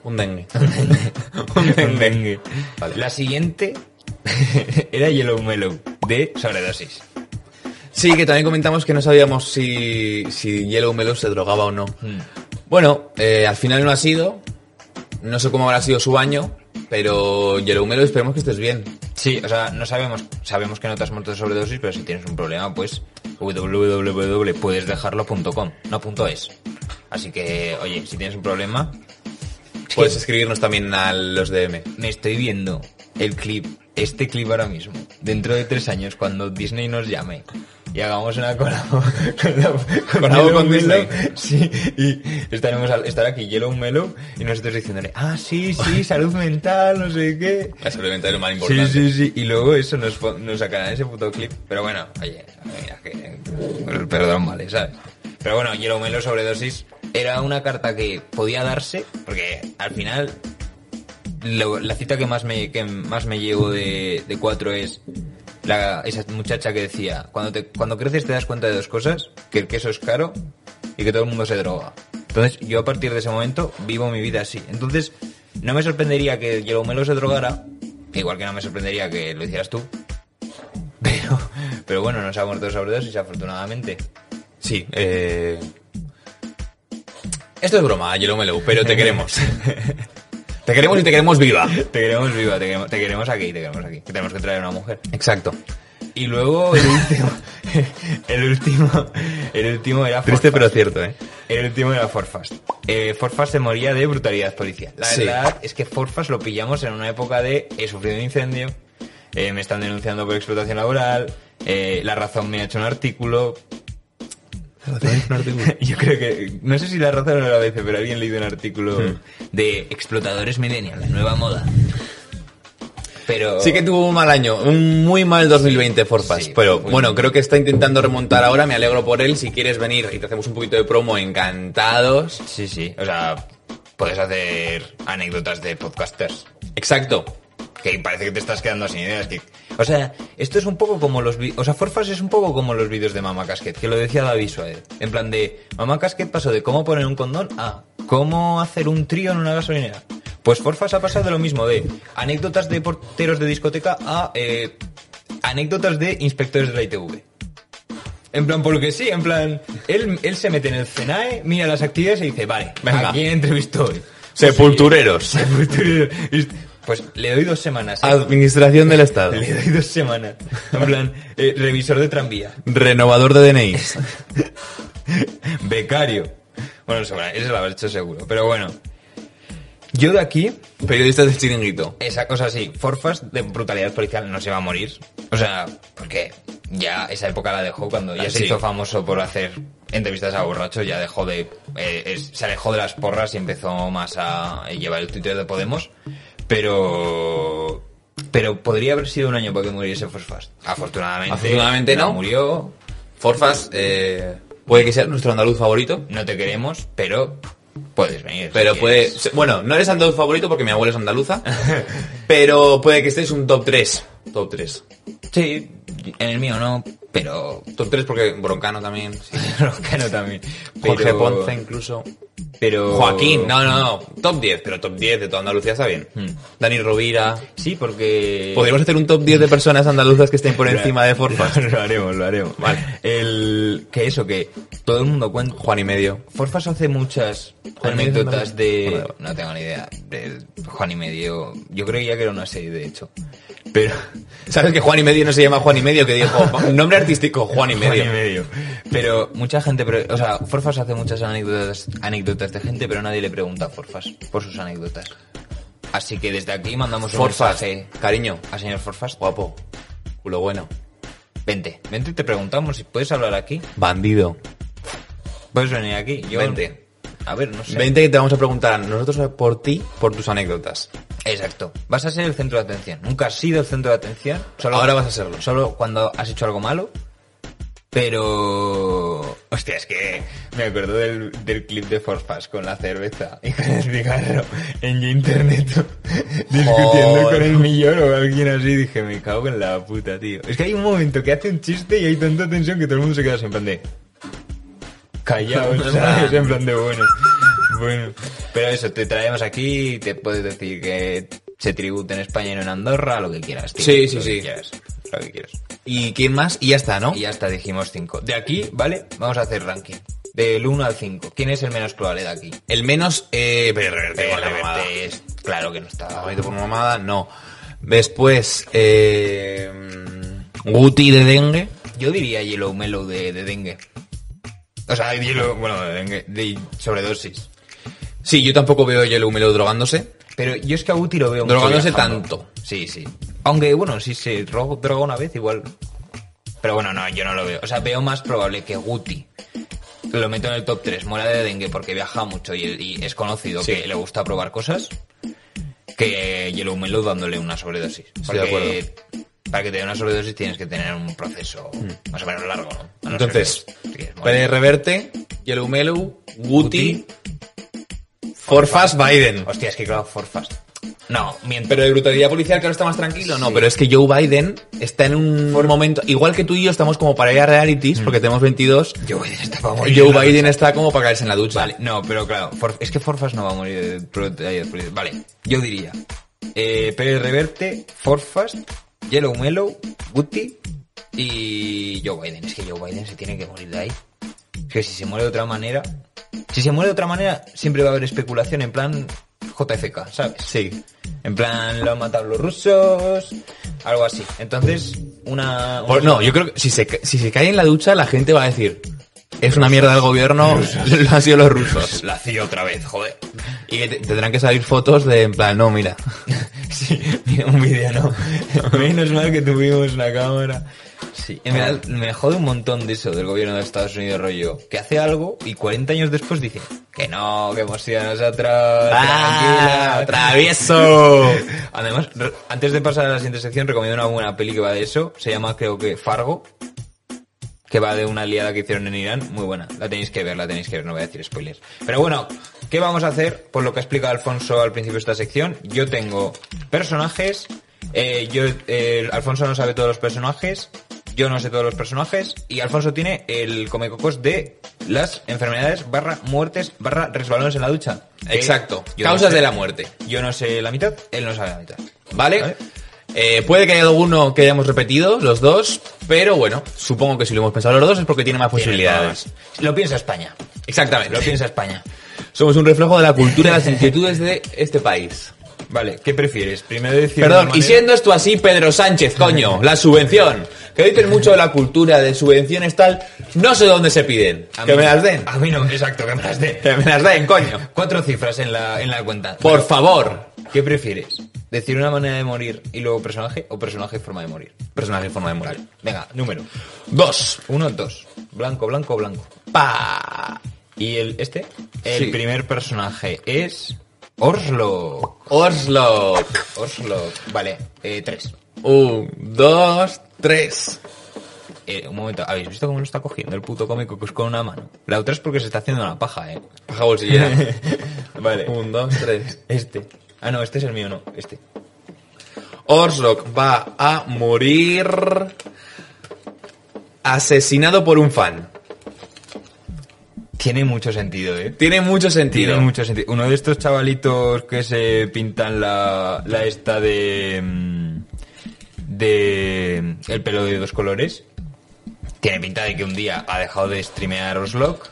[SPEAKER 1] Un dengue.
[SPEAKER 2] Un dengue.
[SPEAKER 1] Vale.
[SPEAKER 2] La siguiente era Yellow Mellow de sobredosis.
[SPEAKER 1] Sí, que también comentamos que no sabíamos si, si Yellow Mellow se drogaba o no.
[SPEAKER 2] Mm.
[SPEAKER 1] Bueno, eh, al final no ha sido. No sé cómo habrá sido su año, pero Yellow Mellow esperemos que estés bien.
[SPEAKER 2] Sí, o sea, no sabemos, sabemos que no te has muerto de sobredosis, pero si tienes un problema, pues www.puedesdejarlo.com, no punto .es. Así que, oye, si tienes un problema,
[SPEAKER 1] Puedes escribirnos también a los DM.
[SPEAKER 2] me estoy viendo el clip, este clip ahora mismo, dentro de tres años, cuando Disney nos llame y hagamos una colabo con, la- con
[SPEAKER 1] Colabo
[SPEAKER 2] Yellow
[SPEAKER 1] con
[SPEAKER 2] Mellow,
[SPEAKER 1] Disney.
[SPEAKER 2] Sí, y estaremos al- estar aquí Yellow Mellow y nosotros diciéndole, ah, sí, sí, salud mental, no sé qué.
[SPEAKER 1] La salud mental es más
[SPEAKER 2] Sí,
[SPEAKER 1] importante.
[SPEAKER 2] sí, sí. Y luego eso nos, pon- nos sacarán ese puto clip. Pero bueno, oye, mira que. el Perdón, vale, ¿sabes? Pero bueno, Yellow Melo sobredosis era una carta que podía darse, porque al final. lo- la cita que más me, que más me llevo de, de cuatro es. La, esa muchacha que decía: cuando, te, cuando creces te das cuenta de dos cosas: que el queso es caro y que todo el mundo se droga. Entonces, yo a partir de ese momento vivo mi vida así. Entonces, no me sorprendería que Yellow Melo se drogara, igual que no me sorprendería que lo hicieras tú. Pero, pero bueno, no se ha muerto de sobredosis, afortunadamente.
[SPEAKER 1] Sí, eh... Esto es broma, Yellow Mellow, pero te queremos. te queremos y te queremos viva.
[SPEAKER 2] Te queremos viva, te queremos, te queremos aquí, te queremos aquí. Que tenemos que traer a una mujer.
[SPEAKER 1] Exacto.
[SPEAKER 2] Y luego el último, el último, el último era
[SPEAKER 1] Triste pero
[SPEAKER 2] Forfast.
[SPEAKER 1] cierto, ¿eh?
[SPEAKER 2] El último era Forfast. Eh, Forfast se moría de brutalidad policial. La
[SPEAKER 1] Sí.
[SPEAKER 2] verdad es que Forfast lo pillamos en una época de he sufrido un incendio, eh, me están denunciando por explotación laboral, eh, La Razón me ha hecho un artículo. Yo creo que, no sé si La Razón o la ABC, pero alguien leído un artículo
[SPEAKER 1] Hmm.
[SPEAKER 2] de explotadores millennials, la nueva moda. Pero...
[SPEAKER 1] Sí que tuvo un mal año, un muy mal 2020 Forfas,
[SPEAKER 2] Sí,
[SPEAKER 1] pero
[SPEAKER 2] muy
[SPEAKER 1] bueno,
[SPEAKER 2] mal.
[SPEAKER 1] creo que está intentando remontar ahora, me alegro por él, si quieres venir y te hacemos un poquito de promo, encantados.
[SPEAKER 2] Sí, sí. O sea, puedes hacer anécdotas de podcasters.
[SPEAKER 1] Exacto.
[SPEAKER 2] Que parece que te estás quedando sin ideas. que- O sea, esto es un poco como los... vi- O sea, Forfas es un poco como los vídeos de Mamá Casquet, que lo decía David Suárez. En plan de... Mamá Casquet pasó de cómo poner un condón a cómo hacer un trío en una gasolinera. Pues Forfas ha pasado de lo mismo, de anécdotas de porteros de discoteca a eh, anécdotas de inspectores de la ITV. En plan, porque sí, en plan, él, él se mete en el CENAE, mira las actividades y dice, vale,
[SPEAKER 1] Venga.
[SPEAKER 2] ¿a quién entrevistó hoy?
[SPEAKER 1] Sepultureros.
[SPEAKER 2] Pues le doy dos semanas. ¿eh?
[SPEAKER 1] Administración del Estado.
[SPEAKER 2] Le doy dos semanas. En plan, eh, revisor de tranvía.
[SPEAKER 1] Renovador de DNI.
[SPEAKER 2] Becario. Bueno, sobra, eso lo habrás hecho seguro. Pero bueno. Yo de aquí,
[SPEAKER 1] Periodistas del chiringuito.
[SPEAKER 2] esa cosa sí, forfas de brutalidad policial no se va a morir. O sea, porque ya esa época la dejó cuando ya
[SPEAKER 1] Ah,
[SPEAKER 2] se
[SPEAKER 1] sí.
[SPEAKER 2] hizo famoso por hacer entrevistas a borrachos, ya dejó de. eh, es- se alejó de las porras y empezó más a llevar el Twitter de Podemos. Pero. Pero podría haber sido un año para que muriese Forfas. Afortunadamente.
[SPEAKER 1] Afortunadamente no.
[SPEAKER 2] Murió.
[SPEAKER 1] Forfas eh, puede que sea nuestro andaluz favorito,
[SPEAKER 2] No te queremos, pero puedes venir.
[SPEAKER 1] pero
[SPEAKER 2] si
[SPEAKER 1] puede...
[SPEAKER 2] quieres.
[SPEAKER 1] Bueno, no eres andaluz favorito porque mi abuela es andaluza, pero puede que estés un top 3. Top 3.
[SPEAKER 2] Sí, en el mío no, pero.
[SPEAKER 1] Top 3 porque Broncano también. sí.
[SPEAKER 2] Broncano también.
[SPEAKER 1] Jorge
[SPEAKER 2] pero-
[SPEAKER 1] Ponce incluso.
[SPEAKER 2] Pero.
[SPEAKER 1] Joaquín, no, no, no. Top 10, pero top 10 de toda Andalucía está bien.
[SPEAKER 2] Oh. Hmm. Eh.
[SPEAKER 1] Dani Rovira.
[SPEAKER 2] Sí, porque.
[SPEAKER 1] Podríamos hacer un top 10 de personas andaluzas que estén por
[SPEAKER 2] Lo-
[SPEAKER 1] encima de Forfas.
[SPEAKER 2] Lo haremos, lo haremos.
[SPEAKER 1] Vale.
[SPEAKER 2] El, que eso, que todo el mundo cuenta.
[SPEAKER 1] Juan y medio.
[SPEAKER 2] Forfas hace muchas
[SPEAKER 1] Juan y medio
[SPEAKER 2] anécdotas
[SPEAKER 1] también.
[SPEAKER 2] de... No tengo ni idea. del Juan y medio... Yo creía que era una serie, de hecho. Pero...
[SPEAKER 1] ¿Sabes que Juan y medio no se llama Juan y medio? Que dijo, nombre artístico, Juan y medio.
[SPEAKER 2] Pero mucha gente... pre- O sea, Forfas hace muchas anécdotas, anécdotas de gente, pero nadie le pregunta a Forfas por sus anécdotas. Así que desde aquí mandamos un
[SPEAKER 1] Forfas,
[SPEAKER 2] mensaje
[SPEAKER 1] cariño,
[SPEAKER 2] al señor Forfas.
[SPEAKER 1] guapo, culo bueno,
[SPEAKER 2] Vente, vente, te preguntamos si puedes hablar aquí.
[SPEAKER 1] bandido.
[SPEAKER 2] Puedes venir aquí. Yo,
[SPEAKER 1] Vente.
[SPEAKER 2] A ver, no sé.
[SPEAKER 1] Vente que te vamos a preguntar a nosotros por ti, por tus anécdotas.
[SPEAKER 2] Exacto. Vas a ser el centro de atención. Nunca has sido el centro de atención. Solo,
[SPEAKER 1] Ahora vas a serlo.
[SPEAKER 2] Solo cuando has hecho algo malo. Pero... Hostia, es que me acuerdo del, del clip de Forfas con la cerveza y con el cigarro en internet discutiendo
[SPEAKER 1] Joder.
[SPEAKER 2] con el millón o alguien así. Dije, me cago en la puta, tío. Es que hay un momento que hace un chiste y hay tanta tensión que todo el mundo se queda así en plan de... Callaos, ¿sabes? En plan de bueno. Bueno. Pero eso, te traemos aquí y te puedes decir que se tributa en España y no en Andorra, lo que quieras. tío.
[SPEAKER 1] Sí, sí,
[SPEAKER 2] Lo que
[SPEAKER 1] sí.
[SPEAKER 2] quieras, lo que quieras.
[SPEAKER 1] ¿Y quién más? Y ya está, ¿no?
[SPEAKER 2] Y ya está, dijimos cinco. De aquí, ¿vale? Vamos a hacer ranking. Del 1 al 5. ¿Quién es el menos probable de aquí?
[SPEAKER 1] El menos... Eh, pero reverte,
[SPEAKER 2] Pero
[SPEAKER 1] con la mamada.
[SPEAKER 2] Reverte es- Claro que no está.
[SPEAKER 1] Favorito por mamada, no. Después, eh, Guti de dengue.
[SPEAKER 2] Yo diría Yellow Mellow de, de dengue. O sea, Yellow, bueno, de dengue, de sobredosis.
[SPEAKER 1] Sí, yo tampoco veo a Yellow Melo drogándose.
[SPEAKER 2] Pero yo es que a Guti lo veo mucho
[SPEAKER 1] Drogándose
[SPEAKER 2] viajando.
[SPEAKER 1] tanto.
[SPEAKER 2] Sí, sí. Aunque, bueno, si se ro- droga una vez, igual. Pero bueno, no, yo no lo veo. O sea, veo más probable que Guti lo meto en el top 3, muera de dengue porque viaja mucho y, y es conocido
[SPEAKER 1] Sí.
[SPEAKER 2] que le gusta probar cosas, que Yellow Melo dándole una sobredosis.
[SPEAKER 1] Estoy de
[SPEAKER 2] Para que te dé una sobredosis tienes que tener un proceso más o menos largo, ¿no? A no
[SPEAKER 1] Mm. Entonces,
[SPEAKER 2] ser que- sí, es
[SPEAKER 1] Pérez
[SPEAKER 2] morir.
[SPEAKER 1] Reverte, Yellow Melo, Guti, Forfas, Biden.
[SPEAKER 2] Hostia, es que claro, forfast. No, miento.
[SPEAKER 1] Pero de brutalidad policial que ahora está más tranquilo, no,
[SPEAKER 2] Sí.
[SPEAKER 1] pero es que Joe Biden está en un momento, igual que tú y yo estamos como para ir a realities,
[SPEAKER 2] Hmm.
[SPEAKER 1] porque tenemos 22,
[SPEAKER 2] Joe Biden está para morir.
[SPEAKER 1] Joe
[SPEAKER 2] La
[SPEAKER 1] Biden está como para caerse en la ducha.
[SPEAKER 2] Vale, no, pero claro, For- es que Forfas no va a morir eh, de proteínas polidas. Vale, yo diría eh, Pérez Reverte, Forfas, Yellow Mellow, Guti y Joe Biden. Es que Joe Biden se tiene que morir de ahí. Es que si se muere de otra manera... Si se muere de otra manera, siempre va a haber especulación en plan JFK, ¿sabes?
[SPEAKER 1] Sí.
[SPEAKER 2] En plan, lo han matado los rusos, algo así. Entonces, una...
[SPEAKER 1] Por- Pues no, yo creo que si se, ca- si se cae en la ducha, la gente va a decir, es una mierda del gobierno, lo han sido los rusos.
[SPEAKER 2] La hacía otra vez, joder.
[SPEAKER 1] Y que te- tendrán que salir fotos de, en plan, no, mira.
[SPEAKER 2] Sí, mira, un vídeo no. Menos mal que tuvimos la cámara. Sí, en verdad, me jode un montón de eso del gobierno de Estados Unidos, rollo. Que hace algo y 40 años después dice que no, que hemos sido nosotros.
[SPEAKER 1] ¡Ah,
[SPEAKER 2] tranquila".
[SPEAKER 1] travieso!
[SPEAKER 2] Además, re- antes de pasar a la siguiente sección, recomiendo una buena peli que va de eso. Se llama, creo que, Fargo. Que va de una liada que hicieron en Irán. Muy buena. La tenéis que ver, la tenéis que ver. No voy a decir spoilers. Pero bueno, ¿qué vamos a hacer? Por lo que ha explicado Alfonso al principio de esta sección, yo tengo personajes. eh, yo, eh, Alfonso no sabe todos los personajes. Yo no sé todos los personajes. Y Alfonso tiene el comecocos de las enfermedades barra muertes barra resbalones en la ducha. Que
[SPEAKER 1] Exacto.
[SPEAKER 2] yo no
[SPEAKER 1] Causas
[SPEAKER 2] sé.
[SPEAKER 1] de la muerte.
[SPEAKER 2] Yo no sé la mitad, él no sabe la mitad.
[SPEAKER 1] ¿Vale?
[SPEAKER 2] Vale.
[SPEAKER 1] Eh, puede que haya alguno que hayamos repetido, los dos, pero bueno, supongo que si lo hemos pensado los dos es porque tiene más posibilidades.
[SPEAKER 2] Lo piensa España.
[SPEAKER 1] Exactamente.
[SPEAKER 2] Lo piensa España.
[SPEAKER 1] Somos un reflejo de la cultura y las inquietudes de este país.
[SPEAKER 2] Vale, ¿qué prefieres? Primero decir.
[SPEAKER 1] Perdón,
[SPEAKER 2] una
[SPEAKER 1] y
[SPEAKER 2] manera-
[SPEAKER 1] siendo esto así, Pedro Sánchez, coño, la subvención. Que dicen mucho de la cultura, de subvenciones tal, no sé dónde se piden.
[SPEAKER 2] A
[SPEAKER 1] Que
[SPEAKER 2] mí-
[SPEAKER 1] me las den.
[SPEAKER 2] A mí no, exacto, que me las den.
[SPEAKER 1] Que me las den, coño. Pues-
[SPEAKER 2] Cuatro cifras en la, en la cuenta.
[SPEAKER 1] Por favor.
[SPEAKER 2] ¿Qué prefieres? ¿Decir una manera de morir y luego personaje o personaje y forma de morir?
[SPEAKER 1] Personaje en forma de
[SPEAKER 2] Vale,
[SPEAKER 1] moral.
[SPEAKER 2] venga, número.
[SPEAKER 1] Dos.
[SPEAKER 2] Uno, dos. Blanco, blanco, blanco.
[SPEAKER 1] Pa.
[SPEAKER 2] ¿Y el este? El
[SPEAKER 1] Sí.
[SPEAKER 2] primer personaje es. Oslo.
[SPEAKER 1] Oslo.
[SPEAKER 2] Oslo. Vale, eh, tres.
[SPEAKER 1] Un, dos, tres.
[SPEAKER 2] Eh, un momento, ¿habéis visto cómo lo está cogiendo el puto cómico que es con una mano? La otra es porque se está haciendo una paja, ¿eh?
[SPEAKER 1] Paja bolsillera.
[SPEAKER 2] vale.
[SPEAKER 1] Un, dos, tres.
[SPEAKER 2] Este. Ah, no, este es el mío, no. Este.
[SPEAKER 1] Orslock va a morir asesinado por un fan.
[SPEAKER 2] Tiene mucho sentido, ¿eh?
[SPEAKER 1] Tiene mucho sentido.
[SPEAKER 2] Tiene mucho sentido. Uno de estos chavalitos que se pintan la, la esta de. mm, de. mm, el pelo de dos colores. Tiene pinta de que un día ha dejado de streamear Oslock.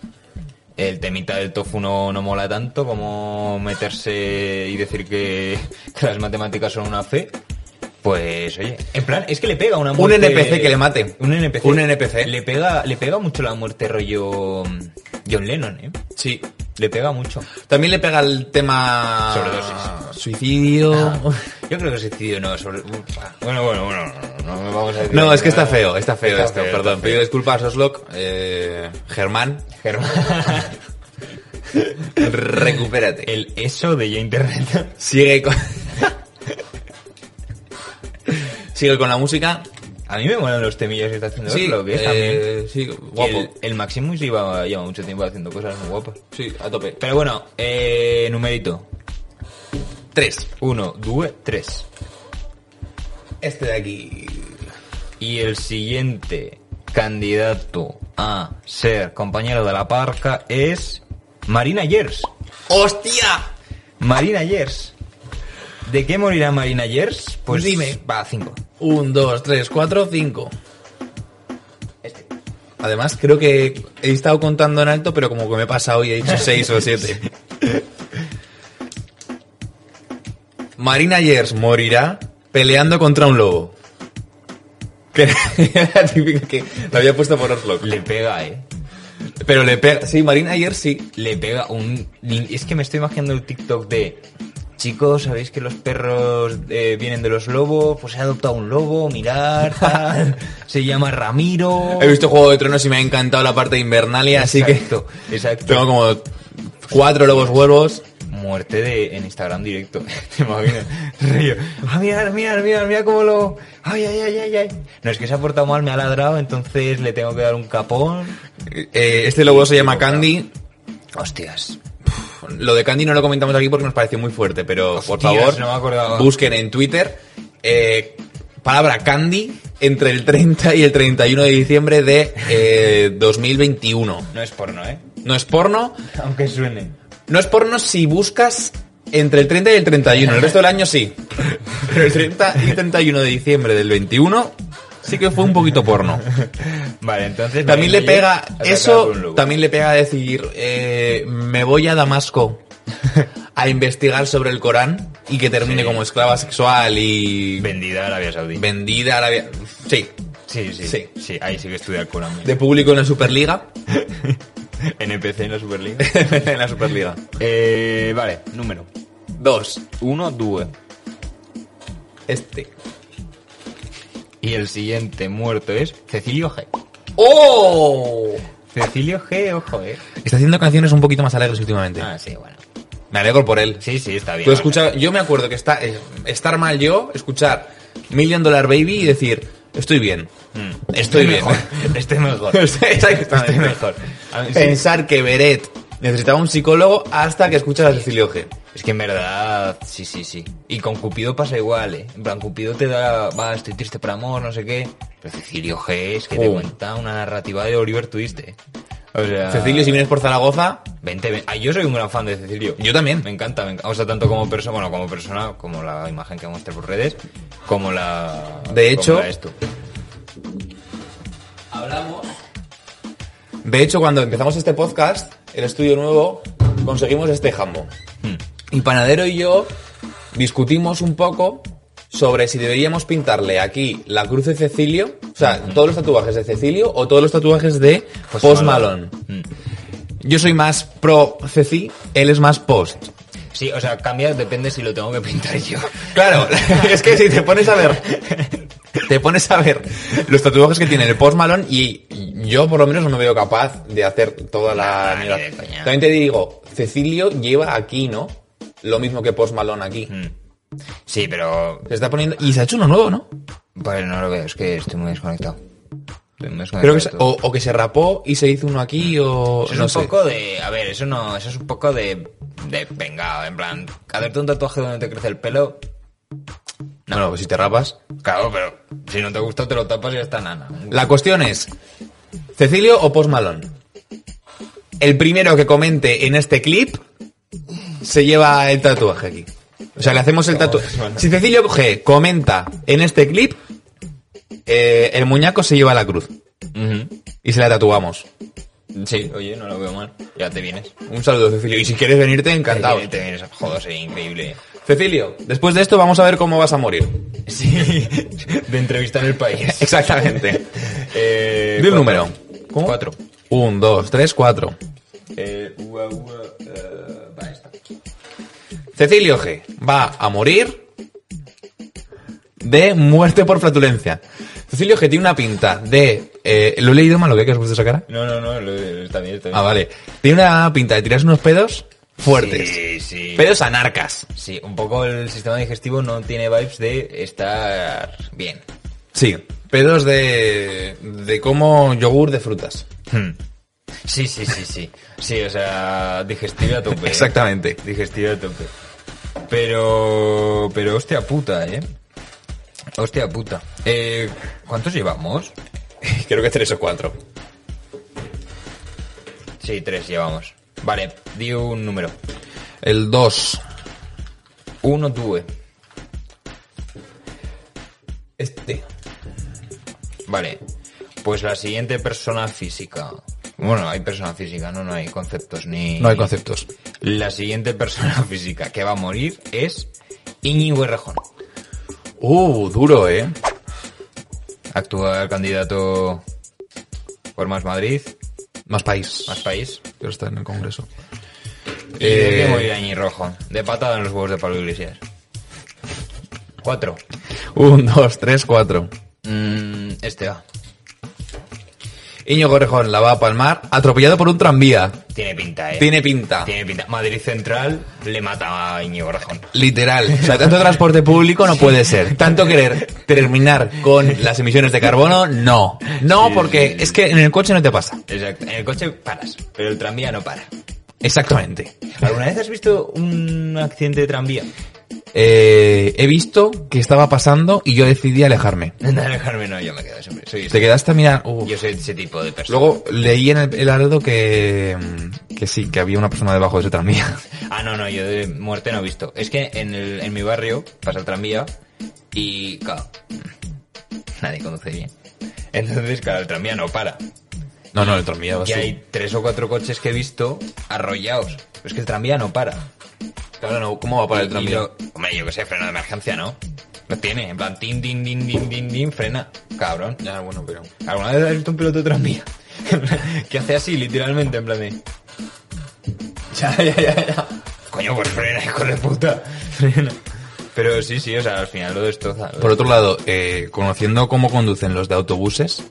[SPEAKER 2] El temita del tofu no, no mola tanto como meterse y decir que, que las matemáticas son una fe. Pues oye, en plan, es que le pega una muerte.
[SPEAKER 1] NPC que le mate.
[SPEAKER 2] Un NPC.
[SPEAKER 1] Un NPC.
[SPEAKER 2] Le pega, le pega mucho la muerte rollo mm, John Lennon, eh.
[SPEAKER 1] Sí.
[SPEAKER 2] Le pega mucho.
[SPEAKER 1] También le pega el tema...
[SPEAKER 2] Sobredosis. Ah,
[SPEAKER 1] Suicidio.
[SPEAKER 2] Yo creo que suicidio no. Sobre... Bueno, bueno, bueno. No, no vamos a decir
[SPEAKER 1] No, es que
[SPEAKER 2] nada.
[SPEAKER 1] está feo, está feo
[SPEAKER 2] Está
[SPEAKER 1] esto,
[SPEAKER 2] feo,
[SPEAKER 1] perdón.
[SPEAKER 2] está feo.
[SPEAKER 1] Pido disculpas, Oslock. Eh, Germán,
[SPEAKER 2] Germán.
[SPEAKER 1] recupérate.
[SPEAKER 2] El eso de ya internet.
[SPEAKER 1] Sigue con... Sigue con la música.
[SPEAKER 2] A mí me molan los temillas que está haciendo
[SPEAKER 1] Sí,
[SPEAKER 2] Oslo, que es también.
[SPEAKER 1] eh, sí,
[SPEAKER 2] Y
[SPEAKER 1] guapo.
[SPEAKER 2] El, el Maximus lleva, lleva mucho tiempo haciendo cosas muy guapas.
[SPEAKER 1] Sí, a tope.
[SPEAKER 2] Pero bueno, eh, numerito.
[SPEAKER 1] Tres.
[SPEAKER 2] Uno, dos, tres.
[SPEAKER 1] Este de aquí.
[SPEAKER 2] Y el siguiente candidato a ser compañero de la parca es Marina Yers.
[SPEAKER 1] ¡Hostia!
[SPEAKER 2] Marina Yers. ¿De qué morirá Marina Yers? Pues
[SPEAKER 1] Dime.
[SPEAKER 2] Va, cinco.
[SPEAKER 1] Un, dos, tres, cuatro, cinco.
[SPEAKER 2] Este.
[SPEAKER 1] Además, creo que he estado contando en alto, pero como que me he pasado y he dicho seis o siete. Marina Yers morirá peleando contra un lobo. Que era la típica que lo había puesto por Orlok.
[SPEAKER 2] Le pega, eh.
[SPEAKER 1] Pero le pega. Sí, Marina Yers sí.
[SPEAKER 2] Le pega un. Es que me estoy imaginando el TikTok de. Chicos, ¿sabéis que los perros eh, vienen de los lobos? Pues he adoptado un lobo, mirar, tal. Se llama Ramiro.
[SPEAKER 1] He visto Juego de Tronos y me ha encantado la parte de Invernalia, así que
[SPEAKER 2] Exacto, exacto.
[SPEAKER 1] tengo como cuatro lobos huevos.
[SPEAKER 2] Muerte de, en Instagram directo. Te imaginas. Río. Ah, mira, mira, mira, mira cómo lo. Ay, ay, ay, ay, ay. No, es que se ha portado mal, me ha ladrado, entonces le tengo que dar un capón.
[SPEAKER 1] Eh, este lobo se llama Candy.
[SPEAKER 2] Hostias.
[SPEAKER 1] Lo de Candy no lo comentamos aquí porque nos pareció muy fuerte, pero por
[SPEAKER 2] Hostias,
[SPEAKER 1] favor,
[SPEAKER 2] no me acordaba.
[SPEAKER 1] busquen en Twitter eh, palabra Candy entre el 30 y el 31 de diciembre de eh, 2021.
[SPEAKER 2] No es porno, ¿eh?
[SPEAKER 1] No es porno,
[SPEAKER 2] Aunque suene.
[SPEAKER 1] no es porno si buscas entre el 30 y el 31, el resto del año sí. Pero el 30 y el 31 de diciembre del 21 sí que fue un poquito porno.
[SPEAKER 2] Vale, entonces.
[SPEAKER 1] También le
[SPEAKER 2] Marina
[SPEAKER 1] pega,
[SPEAKER 2] Yers ataca
[SPEAKER 1] eso
[SPEAKER 2] con un lobo.
[SPEAKER 1] también le pega decir, eh, me voy a Damasco a investigar sobre el Corán y que termine
[SPEAKER 2] Sí.
[SPEAKER 1] como esclava sexual y
[SPEAKER 2] Vendida a Arabia Saudí.
[SPEAKER 1] vendida a Arabia. Sí,
[SPEAKER 2] sí,
[SPEAKER 1] Sí.
[SPEAKER 2] sí, sí. Sí, ahí sí que estudia el Corán.
[SPEAKER 1] de público en la Superliga.
[SPEAKER 2] NPC en la Superliga.
[SPEAKER 1] en la Superliga.
[SPEAKER 2] eh, vale, número.
[SPEAKER 1] Dos,
[SPEAKER 2] Uno, due.
[SPEAKER 1] este.
[SPEAKER 2] Y el siguiente muerto es Cecilio G.
[SPEAKER 1] ¡Oh!
[SPEAKER 2] Cecilio G, ojo, eh.
[SPEAKER 1] Está haciendo canciones un poquito más alegres últimamente.
[SPEAKER 2] Ah, sí, bueno.
[SPEAKER 1] Me alegro por él.
[SPEAKER 2] Sí, sí, está bien.
[SPEAKER 1] Tú escucha- yo me acuerdo que está, eh, estar mal yo, escuchar Million Dollar Baby y decir, estoy bien.
[SPEAKER 2] Mm.
[SPEAKER 1] Estoy bien. eh.
[SPEAKER 2] Mejor. Estoy mejor.
[SPEAKER 1] Exactamente.
[SPEAKER 2] Estoy mejor. A mí Ah, sí.
[SPEAKER 1] Pensar que Beret necesitaba un psicólogo hasta que escuchas a Cecilio G.
[SPEAKER 2] Es que en verdad, sí, sí, sí. Y con Cupido pasa igual, ¿eh? En plan, Cupido te da, va, estoy triste por amor, no sé qué. Pero Cecilio G es que te
[SPEAKER 1] Oh.
[SPEAKER 2] cuenta una narrativa de Oliver Twist, ¿eh? O sea...
[SPEAKER 1] Cecilio, si vienes por Zaragoza,
[SPEAKER 2] Vente, ven- Ah, yo soy un gran fan de Cecilio.
[SPEAKER 1] Yo también.
[SPEAKER 2] Me encanta, me encanta. O sea, tanto como persona, bueno, como persona, como la imagen que muestra por redes, como la...
[SPEAKER 1] De
[SPEAKER 2] como
[SPEAKER 1] hecho-
[SPEAKER 2] la esto.
[SPEAKER 1] de hecho, cuando empezamos este podcast, el estudio nuevo, conseguimos este jambo.
[SPEAKER 2] Mm.
[SPEAKER 1] Y Panadero y yo discutimos un poco sobre si deberíamos pintarle aquí la cruz de Cecilio, o sea, todos los tatuajes de Cecilio o todos los tatuajes de
[SPEAKER 2] Hmm. Post
[SPEAKER 1] Post Malone.
[SPEAKER 2] Mm.
[SPEAKER 1] Yo soy más pro Ceci, él es más post.
[SPEAKER 2] Sí, o sea, cambia, depende si lo tengo que pintar yo.
[SPEAKER 1] Claro, es que si te pones a ver, te pones a ver los tatuajes que tiene el Post Malone y yo por lo menos no me veo capaz de hacer toda la...
[SPEAKER 2] Nah, ni
[SPEAKER 1] mierda.
[SPEAKER 2] de coña.
[SPEAKER 1] También te digo, Cecilio lleva aquí, ¿no? Lo mismo que Post Malone aquí.
[SPEAKER 2] Mm. Sí, pero...
[SPEAKER 1] Se está poniendo... Y se ha hecho uno nuevo, ¿no?
[SPEAKER 2] Vale, no lo veo, es que estoy muy desconectado. Estoy muy desconectado
[SPEAKER 1] Creo que se-
[SPEAKER 2] de todo.
[SPEAKER 1] o, o que se rapó y se hizo uno aquí o...
[SPEAKER 2] Eso es
[SPEAKER 1] no
[SPEAKER 2] un
[SPEAKER 1] sé.
[SPEAKER 2] poco de... A ver, eso no... Eso es un poco de... De... Venga, en plan... Hacerte un tatuaje donde te crece el pelo...
[SPEAKER 1] No, no, si te rapas.
[SPEAKER 2] Claro, pero... Si no te gusta, te lo tapas y ya está nana.
[SPEAKER 1] La cuestión es, ¿Cecilio o Post Malone? el primero que comente en este clip se lleva el tatuaje aquí. O sea, le hacemos el tatuaje. Si Cecilio coge, comenta en este clip, eh, el muñeco se lleva la cruz y se la tatuamos.
[SPEAKER 2] Sí, oye, no lo veo mal. Ya te vienes.
[SPEAKER 1] Un saludo, Cecilio. Y si quieres venirte, encantado.
[SPEAKER 2] Te vienes, joder, sería increíble.
[SPEAKER 1] Cecilio, después de esto vamos a ver cómo vas a morir.
[SPEAKER 2] Sí, de entrevista en el país.
[SPEAKER 1] Exactamente.
[SPEAKER 2] Eh,
[SPEAKER 1] Di un
[SPEAKER 2] cuatro.
[SPEAKER 1] número. ¿Cómo?
[SPEAKER 2] Cuatro.
[SPEAKER 1] Un, dos, tres, cuatro.
[SPEAKER 2] Eh, ua, ua, eh, va, esta.
[SPEAKER 1] Cecilio G. va a morir de muerte por flatulencia. Cecilio G tiene una pinta de... eh, ¿Lo he leído mal lo que has puesto esa cara?
[SPEAKER 2] No, no, no, lo- está eh. bien, está bien.
[SPEAKER 1] Ah, vale. Tiene una pinta de tirarse unos pedos fuertes.
[SPEAKER 2] Sí, sí.
[SPEAKER 1] Pedos anarcas.
[SPEAKER 2] Sí, un poco el sistema digestivo no tiene vibes de estar bien.
[SPEAKER 1] Sí. Pedos de... de como yogur de frutas.
[SPEAKER 2] Sí, sí, sí, sí. Sí, o sea, digestivo a tope. ¿eh?
[SPEAKER 1] Exactamente.
[SPEAKER 2] Digestivo a tope. Pero, pero hostia puta, ¿eh? Hostia puta. Eh, ¿Cuántos llevamos?
[SPEAKER 1] Creo que tres o cuatro.
[SPEAKER 2] Sí, tres llevamos. Vale, di un número.
[SPEAKER 1] El dos.
[SPEAKER 2] Uno, eh. due.
[SPEAKER 1] Este.
[SPEAKER 2] Vale. Pues la siguiente persona física. Bueno, hay persona física, no, no hay conceptos ni...
[SPEAKER 1] No hay conceptos.
[SPEAKER 2] La siguiente persona física que va a morir es Íñigo Errejón.
[SPEAKER 1] Uh, duro, eh.
[SPEAKER 2] Actual candidato por Más Madrid,
[SPEAKER 1] Más país.
[SPEAKER 2] Más País.
[SPEAKER 1] Pero está en el Congreso.
[SPEAKER 2] ¿Y de
[SPEAKER 1] Eh.
[SPEAKER 2] qué morirá Íñigo Errejón? De patada en los huevos de Pablo Iglesias. Cuatro.
[SPEAKER 1] Un, dos, tres, cuatro.
[SPEAKER 2] Mm, este va.
[SPEAKER 1] Iñigo Correjón la va a palmar atropellado por un tranvía.
[SPEAKER 2] Tiene pinta, eh.
[SPEAKER 1] Tiene pinta.
[SPEAKER 2] Tiene pinta. Madrid Central le mata a Íñigo Errejón.
[SPEAKER 1] Literal. O sea, tanto transporte público no puede ser. Tanto querer terminar con las emisiones de carbono, no. No,
[SPEAKER 2] Sí, sí,
[SPEAKER 1] porque
[SPEAKER 2] sí.
[SPEAKER 1] es que en el coche no te pasa.
[SPEAKER 2] Exacto. En el coche paras, pero el tranvía no para.
[SPEAKER 1] Exactamente.
[SPEAKER 2] ¿Alguna vez has visto un accidente de tranvía?
[SPEAKER 1] Eh, he visto que estaba pasando y yo decidí alejarme.
[SPEAKER 2] No, Alejandro, no, yo me quedo siempre. Soy este.
[SPEAKER 1] Te quedaste a mirar. Uf.
[SPEAKER 2] Yo soy ese tipo de persona.
[SPEAKER 1] Luego leí en el, el Ardo que, mm, que sí, que había una persona debajo de ese tranvía.
[SPEAKER 2] Ah, no, no, yo de muerte no he visto. Es que en, el, en mi barrio pasa el tranvía y, claro, nadie conduce bien. Entonces, claro, el tranvía no para.
[SPEAKER 1] No, no, el tranvía va
[SPEAKER 2] Y hay tres o cuatro coches que he visto arrollados. Pero es que el tranvía no para.
[SPEAKER 1] Claro, no, ¿cómo va a parar el
[SPEAKER 2] Y- y
[SPEAKER 1] tranvía?
[SPEAKER 2] lo- hombre, yo que sé, freno de emergencia, ¿no? Lo tiene, en plan, tin, din, din, din, din, din, frena. Cabrón.
[SPEAKER 1] Ya, bueno, pero...
[SPEAKER 2] ¿Alguna vez has visto un piloto de tranvía? que hace así, literalmente, en plan de...
[SPEAKER 1] Ya, ya, ya, ya.
[SPEAKER 2] Coño, pues frena, hijo de puta. Frena. Pero sí, sí, o sea, al final lo destroza.
[SPEAKER 1] Por otro lado, eh, conociendo cómo conducen los de autobuses,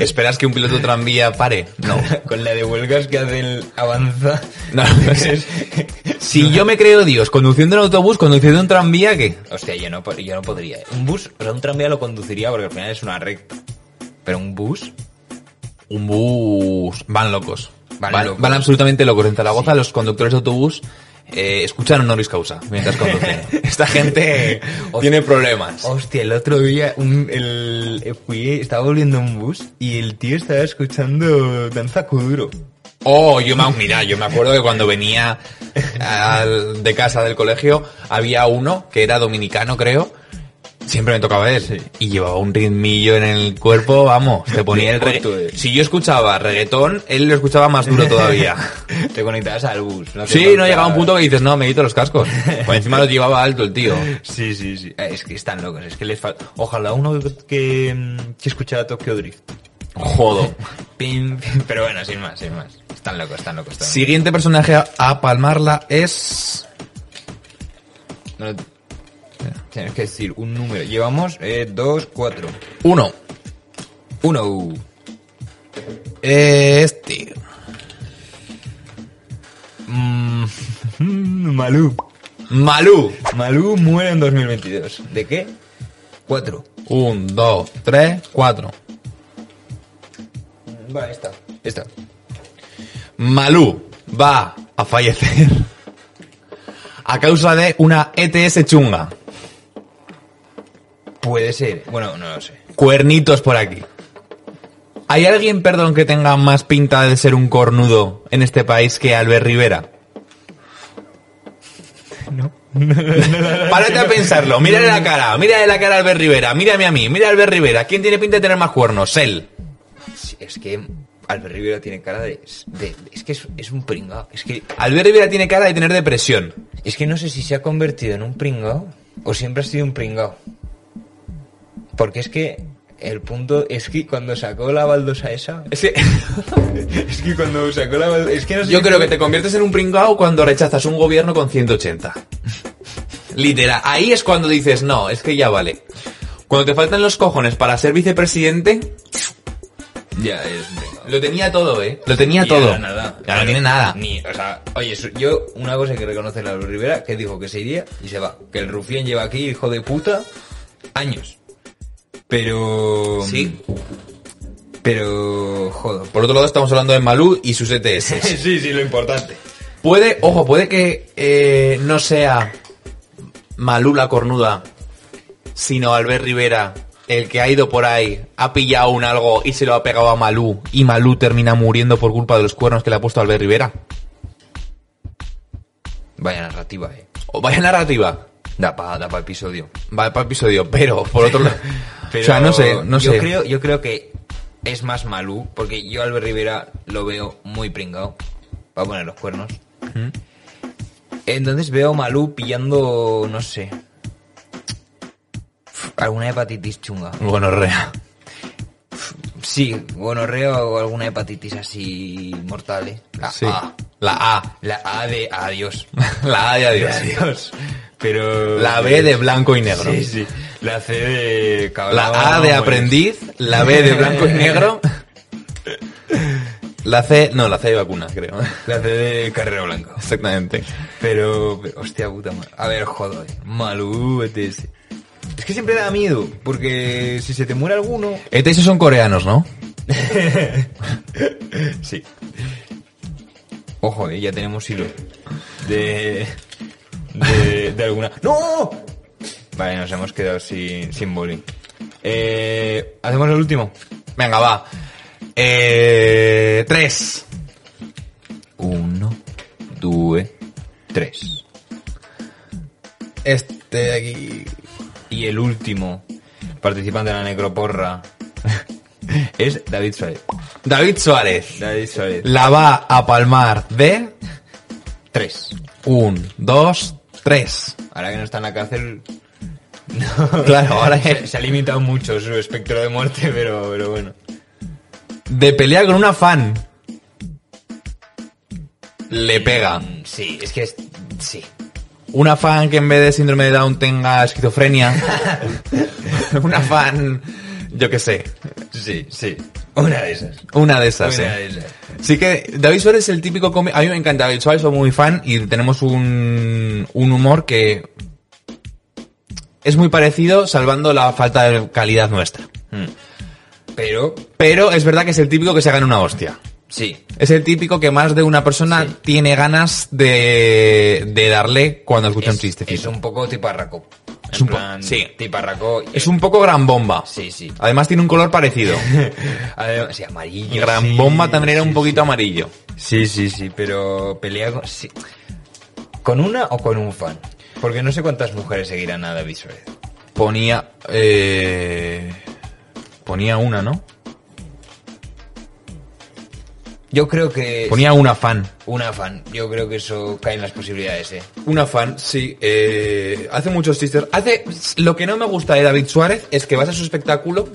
[SPEAKER 1] ¿esperas que un piloto de tranvía pare? No.
[SPEAKER 2] Con la de huelgas que hace el avanza.
[SPEAKER 1] No, Si yo me creo Dios conduciendo un autobús, conduciendo un tranvía, ¿qué?
[SPEAKER 2] Hostia, yo no, po- yo no podría. ¿eh? Un bus, o sea, un tranvía lo conduciría porque al final es una recta. Pero un bus,
[SPEAKER 1] Un bus... Van locos.
[SPEAKER 2] Van locos.
[SPEAKER 1] absolutamente locos. En Zaragoza los conductores de autobús eh, escuchan honoris causa mientras conducen. Esta gente tiene problemas.
[SPEAKER 2] Hostia, el otro día un, el, eh, fui, estaba volviendo a un bus y el tío estaba escuchando Danza Kuduro.
[SPEAKER 1] Oh, yo me, mira, yo me acuerdo que cuando venía al- de casa del colegio había uno que era dominicano, creo. Siempre me tocaba él. Y llevaba un ritmillo en el cuerpo, vamos, te ponía el
[SPEAKER 2] Bien puesto,
[SPEAKER 1] reggaetón.
[SPEAKER 2] eh.
[SPEAKER 1] Si yo escuchaba reggaetón, él lo escuchaba más duro todavía.
[SPEAKER 2] Te conectabas al bus. te
[SPEAKER 1] Sí, no
[SPEAKER 2] faltaba-
[SPEAKER 1] llegaba un punto que dices, no, me quito los cascos. Por encima los llevaba alto el tío.
[SPEAKER 2] Sí, sí, sí. Eh, Es que están locos. Es que les falta. Ojalá uno que, que, mm, que escuchara Tokyo Drift.
[SPEAKER 1] Jodo.
[SPEAKER 2] Pim, pim. Pero bueno, sin más, sin más. Están locos, están locos. Están
[SPEAKER 1] Siguiente personaje a, a palmarla es...
[SPEAKER 2] locos. No lo- Tienes que decir un número. Llevamos eh, dos, cuatro.
[SPEAKER 1] Uno.
[SPEAKER 2] Uno.
[SPEAKER 1] Eh, Este.
[SPEAKER 2] Mm, Malú.
[SPEAKER 1] Malú.
[SPEAKER 2] Malú muere en 2022. ¿De qué? Cuatro.
[SPEAKER 1] Un, dos, tres, cuatro.
[SPEAKER 2] Va, esta. Esta.
[SPEAKER 1] Malú va a fallecer a causa de una ETS chunga.
[SPEAKER 2] Puede ser. Bueno, no lo sé.
[SPEAKER 1] Cuernitos por aquí. ¿Hay alguien, perdón, que tenga más pinta de ser un cornudo en este país que Albert Rivera? No. Párate a pensarlo. Mírale la cara. Mírale la cara a Albert Rivera. Mírame a mí. Mira a Albert Rivera. ¿Quién tiene pinta de tener más cuernos? Él.
[SPEAKER 2] Sí, Es que Albert Rivera tiene cara de... de- es que es, es un pringao. Es que,
[SPEAKER 1] Albert Rivera tiene cara de tener depresión.
[SPEAKER 2] es que no sé si se ha convertido en un pringao o siempre ha sido un pringao. Porque es que el punto es que cuando sacó la baldosa esa...
[SPEAKER 1] Es que
[SPEAKER 2] Es que cuando sacó la baldosa... Es que no sé
[SPEAKER 1] yo creo que te conviertes en un pringao cuando rechazas un gobierno con 180. Literal. Ahí es cuando dices, no, es que ya vale. Cuando te faltan los cojones para ser vicepresidente,
[SPEAKER 2] Ya, es un pringao.
[SPEAKER 1] Lo tenía todo, ¿eh? Lo tenía
[SPEAKER 2] Y
[SPEAKER 1] todo.
[SPEAKER 2] ahora nada.
[SPEAKER 1] Ya no tiene nada.
[SPEAKER 2] Ni, o sea, oye, su- yo una cosa que reconoce la Rivera, que dijo que se iría y se va. Que el rufián lleva aquí, hijo de puta, años. Pero...
[SPEAKER 1] Sí.
[SPEAKER 2] Pero... Joder.
[SPEAKER 1] Por otro lado, estamos hablando de Malú y sus E ETS.
[SPEAKER 2] Sí, sí, lo importante.
[SPEAKER 1] puede, ojo, puede que eh, no sea Malú la cornuda, sino Albert Rivera, el que ha ido por ahí, ha pillado un algo y se lo ha pegado a Malú. Y Malú termina muriendo por culpa de los cuernos que le ha puesto Albert Rivera.
[SPEAKER 2] Vaya narrativa, eh.
[SPEAKER 1] O vaya narrativa.
[SPEAKER 2] Da pa, da pa episodio.
[SPEAKER 1] Va para episodio, pero por otro lado. o sea, no sé, no
[SPEAKER 2] yo
[SPEAKER 1] sé.
[SPEAKER 2] Creo, yo creo que es más Malú, porque yo a Albert Rivera lo veo muy pringado. Va a poner los cuernos. Entonces veo a Malú pillando, no sé, alguna hepatitis chunga.
[SPEAKER 1] Bueno, rea.
[SPEAKER 2] Sí, gonorrea o alguna hepatitis así mortal, ¿eh? La
[SPEAKER 1] Sí.
[SPEAKER 2] A.
[SPEAKER 1] La A.
[SPEAKER 2] La A de adiós.
[SPEAKER 1] La A de adiós.
[SPEAKER 2] adiós. Pero...
[SPEAKER 1] La B de blanco y negro.
[SPEAKER 2] Sí, sí. La C de... cabrón,
[SPEAKER 1] La A de
[SPEAKER 2] pues.
[SPEAKER 1] aprendiz, la B de blanco y negro. La C, no, la C de vacuna, creo.
[SPEAKER 2] La C de carrera blanca.
[SPEAKER 1] Exactamente.
[SPEAKER 2] Pero, pero, hostia puta madre. A ver, joder. Malú, ETS. Es que siempre da miedo, porque si se te muere alguno...
[SPEAKER 1] ETS son coreanos, ¿no?
[SPEAKER 2] Sí. Ojo, eh, ya tenemos hilo. De... De, de alguna... ¡No! Vale, nos hemos quedado sin, sin boli. Eh, ¿Hacemos el último?
[SPEAKER 1] Venga, va. Eh, tres.
[SPEAKER 2] Uno, dos, tres.
[SPEAKER 1] Este de aquí.
[SPEAKER 2] Y el último participante de la necroporra es David Suárez.
[SPEAKER 1] David Suárez.
[SPEAKER 2] David Suárez.
[SPEAKER 1] La va a palmar de
[SPEAKER 2] Tres.
[SPEAKER 1] un, dos, tres.
[SPEAKER 2] Ahora que no está en la cárcel,
[SPEAKER 1] Claro, ahora
[SPEAKER 2] se,
[SPEAKER 1] es
[SPEAKER 2] se ha limitado mucho su espectro de muerte, pero, pero bueno.
[SPEAKER 1] de pelea con una fan. Le pega.
[SPEAKER 2] Mm, Sí, es que es... Sí.
[SPEAKER 1] Una fan que en vez de síndrome de Down tenga esquizofrenia. una fan, yo qué sé,
[SPEAKER 2] Sí, sí. Una de esas.
[SPEAKER 1] una de esas.
[SPEAKER 2] Una
[SPEAKER 1] eh.
[SPEAKER 2] de esas.
[SPEAKER 1] Sí que David Suárez es el típico cómico. A mí me encanta David Suárez, soy muy fan y tenemos un, un humor que es muy parecido salvando la falta de calidad nuestra.
[SPEAKER 2] Pero,
[SPEAKER 1] Pero es verdad que es el típico que se gana una hostia.
[SPEAKER 2] sí.
[SPEAKER 1] Es el típico que más de una persona tiene ganas de, de darle cuando escucha un
[SPEAKER 2] Es,
[SPEAKER 1] chiste.
[SPEAKER 2] es un poco tiparraco.
[SPEAKER 1] Es
[SPEAKER 2] En
[SPEAKER 1] un po-
[SPEAKER 2] plan,
[SPEAKER 1] sí.
[SPEAKER 2] Tiparraco. y-
[SPEAKER 1] es un poco gran bomba.
[SPEAKER 2] Sí, sí.
[SPEAKER 1] Además tiene un color parecido.
[SPEAKER 2] Además, sí, amarillo.
[SPEAKER 1] Gran
[SPEAKER 2] sí,
[SPEAKER 1] bomba también era un
[SPEAKER 2] sí,
[SPEAKER 1] poquito amarillo.
[SPEAKER 2] Sí, sí, sí, pero pelea con... sí. ¿Con una o con un fan? Porque no sé cuántas mujeres seguirán a David Suárez.
[SPEAKER 1] Ponía. Eh, ponía una, ¿no?
[SPEAKER 2] Yo creo que...
[SPEAKER 1] Ponía una fan.
[SPEAKER 2] Una fan. Yo creo que eso cae en las posibilidades, eh.
[SPEAKER 1] Una fan, sí. eh, hace muchos chistes. Hace. Lo que no me gusta de David Suárez es que vas a su espectáculo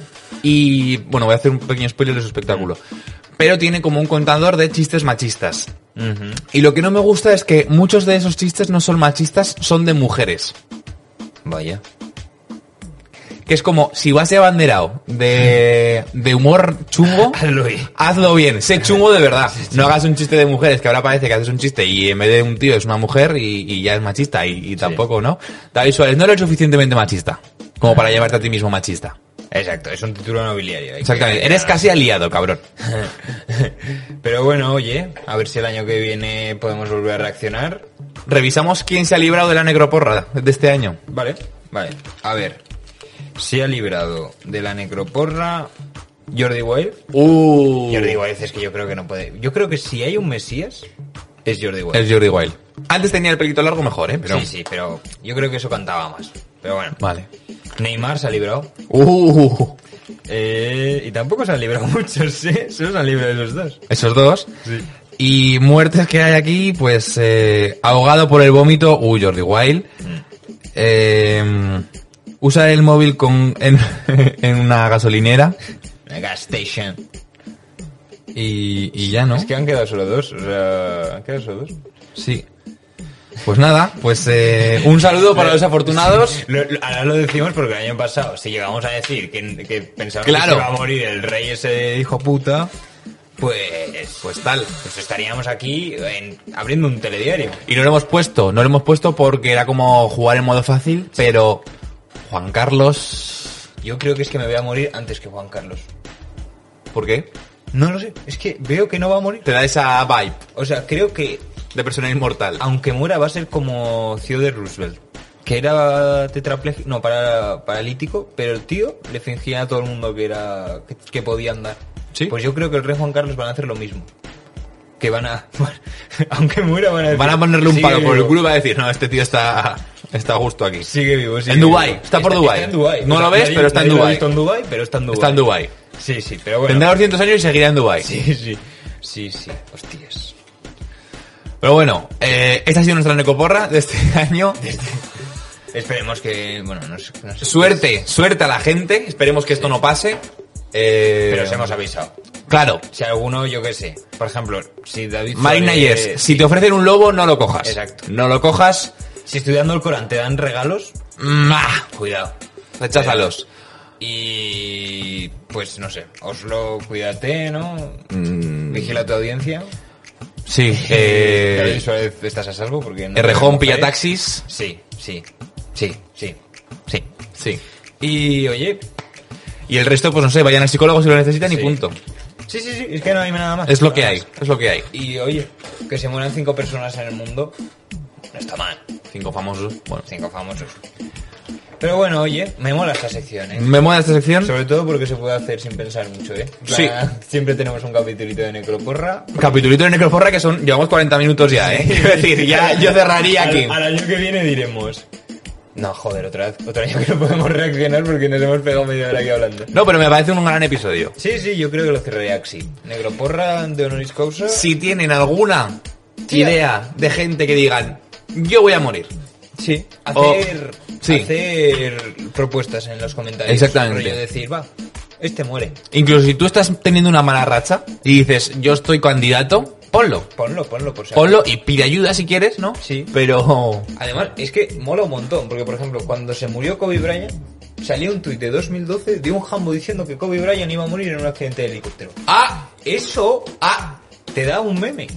[SPEAKER 1] y. Bueno, voy a hacer un pequeño spoiler de su espectáculo. Pero tiene como un contador de chistes machistas. Y lo que no me gusta es que muchos de esos chistes no son machistas, son de mujeres.
[SPEAKER 2] Vaya.
[SPEAKER 1] Que es como, si vas de abanderado de, de humor chungo,
[SPEAKER 2] Aloy.
[SPEAKER 1] hazlo bien, sé chungo de verdad. No hagas un chiste de mujeres, que ahora parece que haces un chiste y en vez de un tío es una mujer y, y ya es machista y, y tampoco, ¿no? David Suárez, no eres suficientemente machista como para llamarte a ti mismo machista.
[SPEAKER 2] Exacto, es un título nobiliario. hay que-
[SPEAKER 1] Exactamente, eres casi aliado, cabrón.
[SPEAKER 2] Pero bueno, oye, a ver si el año que viene podemos volver a reaccionar.
[SPEAKER 1] Revisamos quién se ha librado de la necroporra de este año.
[SPEAKER 2] Vale. Vale. A ver. Se ha librado de la necroporra Jordi Wild.
[SPEAKER 1] Uh,
[SPEAKER 2] Jordi Wild es que yo creo que no puede. Yo creo que si hay un Mesías, es Jordi Wild.
[SPEAKER 1] Es Jordi Wild. Antes tenía el pelito largo mejor, ¿eh? Pero...
[SPEAKER 2] Sí, sí, pero yo creo que eso cantaba más. Pero bueno,
[SPEAKER 1] Vale.
[SPEAKER 2] Neymar se ha librado.
[SPEAKER 1] Uh,
[SPEAKER 2] Eh, y tampoco se han librado muchos, ¿eh? Solo se han librado esos dos.
[SPEAKER 1] esos dos.
[SPEAKER 2] Sí.
[SPEAKER 1] Y muertes que hay aquí, pues eh, ahogado por el vómito, uh, Jordi Wild. Eh, usa el móvil con, en, en una gasolinera
[SPEAKER 2] La gas station.
[SPEAKER 1] y, y ya no.
[SPEAKER 2] Es que han quedado solo dos. O sea, han quedado solo dos.
[SPEAKER 1] Sí. Pues nada, pues eh, un saludo para los afortunados.
[SPEAKER 2] Lo- lo- ahora lo decimos porque el año pasado, si llegamos a decir que, que pensamos
[SPEAKER 1] Claro.
[SPEAKER 2] que se iba a morir el rey ese hijo puta, pues,
[SPEAKER 1] Pues tal.
[SPEAKER 2] pues estaríamos aquí en- abriendo un telediario.
[SPEAKER 1] Y no lo hemos puesto, no lo hemos puesto porque era como jugar en modo fácil, pero Juan Carlos...
[SPEAKER 2] Yo creo que es que me voy a morir antes que Juan Carlos.
[SPEAKER 1] ¿Por qué?
[SPEAKER 2] No lo sé, es que veo que no va a morir.
[SPEAKER 1] Te da esa vibe
[SPEAKER 2] O sea, creo que
[SPEAKER 1] de persona inmortal.
[SPEAKER 2] aunque muera va a ser como Theodore Roosevelt, que era tetrapléjico, no, para, paralítico, pero el tío le fingía a todo el mundo que era que, que podía andar.
[SPEAKER 1] Sí.
[SPEAKER 2] Pues yo creo que el rey Juan Carlos van a hacer lo mismo. Que van a, aunque muera van a decir,
[SPEAKER 1] Van a ponerle un
[SPEAKER 2] "Sigue
[SPEAKER 1] palo por el
[SPEAKER 2] vivo,
[SPEAKER 1] culo y va a decir, no, este tío está, está a gusto aquí.
[SPEAKER 2] Sigue vivo, sigue
[SPEAKER 1] En Dubái,
[SPEAKER 2] vivo".
[SPEAKER 1] está por Dubái.
[SPEAKER 2] en Dubái.
[SPEAKER 1] No lo ves,
[SPEAKER 2] nadie-
[SPEAKER 1] pero está en
[SPEAKER 2] nadie lo ha
[SPEAKER 1] Dubái.
[SPEAKER 2] visto en Dubái, pero está en Dubái.
[SPEAKER 1] Está en Dubái.
[SPEAKER 2] Sí, sí, pero bueno.
[SPEAKER 1] Tendrá 200 años y seguirá en Dubái.
[SPEAKER 2] Sí, sí. Sí, sí. Hostias.
[SPEAKER 1] Pero bueno, eh, esta ha sido nuestra necoporra de este año.
[SPEAKER 2] Esperemos que, bueno, no sé, no sé.
[SPEAKER 1] Suerte, suerte a la gente. Esperemos que esto no pase. Eh,
[SPEAKER 2] Pero os hemos avisado.
[SPEAKER 1] Claro.
[SPEAKER 2] Si alguno, yo qué sé. Por ejemplo, si David.
[SPEAKER 1] Marina
[SPEAKER 2] Suárez-
[SPEAKER 1] Yes, si te ofrecen un lobo, no lo cojas.
[SPEAKER 2] Exacto.
[SPEAKER 1] No lo cojas,
[SPEAKER 2] Si estudiando el Corán te dan regalos,
[SPEAKER 1] ¡mua!
[SPEAKER 2] cuidado.
[SPEAKER 1] recházalos.
[SPEAKER 2] Y. Pues no sé. Oslo, cuídate, ¿no? Vigila tu audiencia.
[SPEAKER 1] Sí,
[SPEAKER 2] David
[SPEAKER 1] Mm. eh,
[SPEAKER 2] Suárez, estás a salvo porque. No
[SPEAKER 1] Errejón
[SPEAKER 2] te-
[SPEAKER 1] pilla taxis.
[SPEAKER 2] Sí, sí. Sí, sí. Sí.
[SPEAKER 1] Sí.
[SPEAKER 2] Y oye.
[SPEAKER 1] Y el resto, pues no sé, vayan al psicólogo si lo necesitan y
[SPEAKER 2] Sí.
[SPEAKER 1] punto.
[SPEAKER 2] Sí, sí, sí. Es que no hay nada más.
[SPEAKER 1] Es lo que
[SPEAKER 2] Nada
[SPEAKER 1] hay,
[SPEAKER 2] más.
[SPEAKER 1] es lo que hay.
[SPEAKER 2] Y oye, que se mueran cinco personas en el mundo. No está mal.
[SPEAKER 1] Cinco famosos, bueno.
[SPEAKER 2] Cinco famosos. Pero bueno, oye, me mola esta sección, ¿eh?
[SPEAKER 1] ¿Me mola esta sección?
[SPEAKER 2] Sobre todo porque se puede hacer sin pensar mucho, ¿eh? En plan, Siempre tenemos un capitulito de Necroporra.
[SPEAKER 1] Capitulito de Necroforra que son, llevamos 40 minutos ya, ¿eh? Quiero decir, ya yo cerraría
[SPEAKER 2] Al-
[SPEAKER 1] aquí.
[SPEAKER 2] Al, año que viene diremos... No, joder, otra vez. Otro año que no podemos reaccionar porque nos hemos pegado media hora aquí hablando.
[SPEAKER 1] No, pero me parece un gran episodio.
[SPEAKER 2] Sí, sí, yo creo que lo cerraría así. Necroporra de honoris causa.
[SPEAKER 1] Si tienen alguna
[SPEAKER 2] Tía.
[SPEAKER 1] idea de gente que digan, yo voy a morir.
[SPEAKER 2] Sí. Hacer,
[SPEAKER 1] O- sí.
[SPEAKER 2] hacer propuestas en los comentarios.
[SPEAKER 1] Exactamente.
[SPEAKER 2] Rollo decir, va, este muere.
[SPEAKER 1] Incluso si tú estás teniendo una mala racha y dices, yo estoy candidato, ponlo.
[SPEAKER 2] Ponlo, ponlo, por si acaso.
[SPEAKER 1] Ponlo y pide ayuda si quieres, ¿no?
[SPEAKER 2] Sí.
[SPEAKER 1] Pero...
[SPEAKER 2] Además, es que mola un montón, porque por ejemplo, cuando se murió Kobe Bryant, salió un tuit de 2012 de un jambo diciendo que Kobe Bryant iba a morir en un accidente de helicóptero.
[SPEAKER 1] ¡Ah!
[SPEAKER 2] Eso
[SPEAKER 1] ¡Ah!
[SPEAKER 2] te da un meme.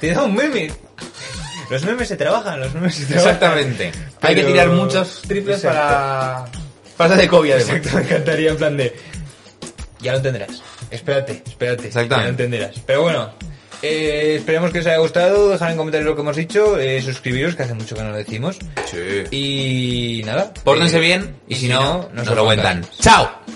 [SPEAKER 2] Te da un meme. Los memes se trabajan, los memes se trabajan.
[SPEAKER 1] Exactamente. Hay que
[SPEAKER 2] Pero-
[SPEAKER 1] tirar muchos triples
[SPEAKER 2] Exacto.
[SPEAKER 1] para... Pasa de COVID, además.
[SPEAKER 2] Exacto, me encantaría en plan de... Ya lo entenderás. Espérate, espérate.
[SPEAKER 1] Exactamente.
[SPEAKER 2] Ya lo entenderás. Pero bueno, eh, esperemos que os haya gustado. Dejar en comentarios lo que hemos dicho. eh, suscribiros, que hace mucho que no lo decimos.
[SPEAKER 1] Sí.
[SPEAKER 2] Y nada.
[SPEAKER 1] Pórtense
[SPEAKER 2] eh,
[SPEAKER 1] bien y si no,
[SPEAKER 2] nos
[SPEAKER 1] nos lo cuentan.
[SPEAKER 2] contamos.
[SPEAKER 1] ¡Chao!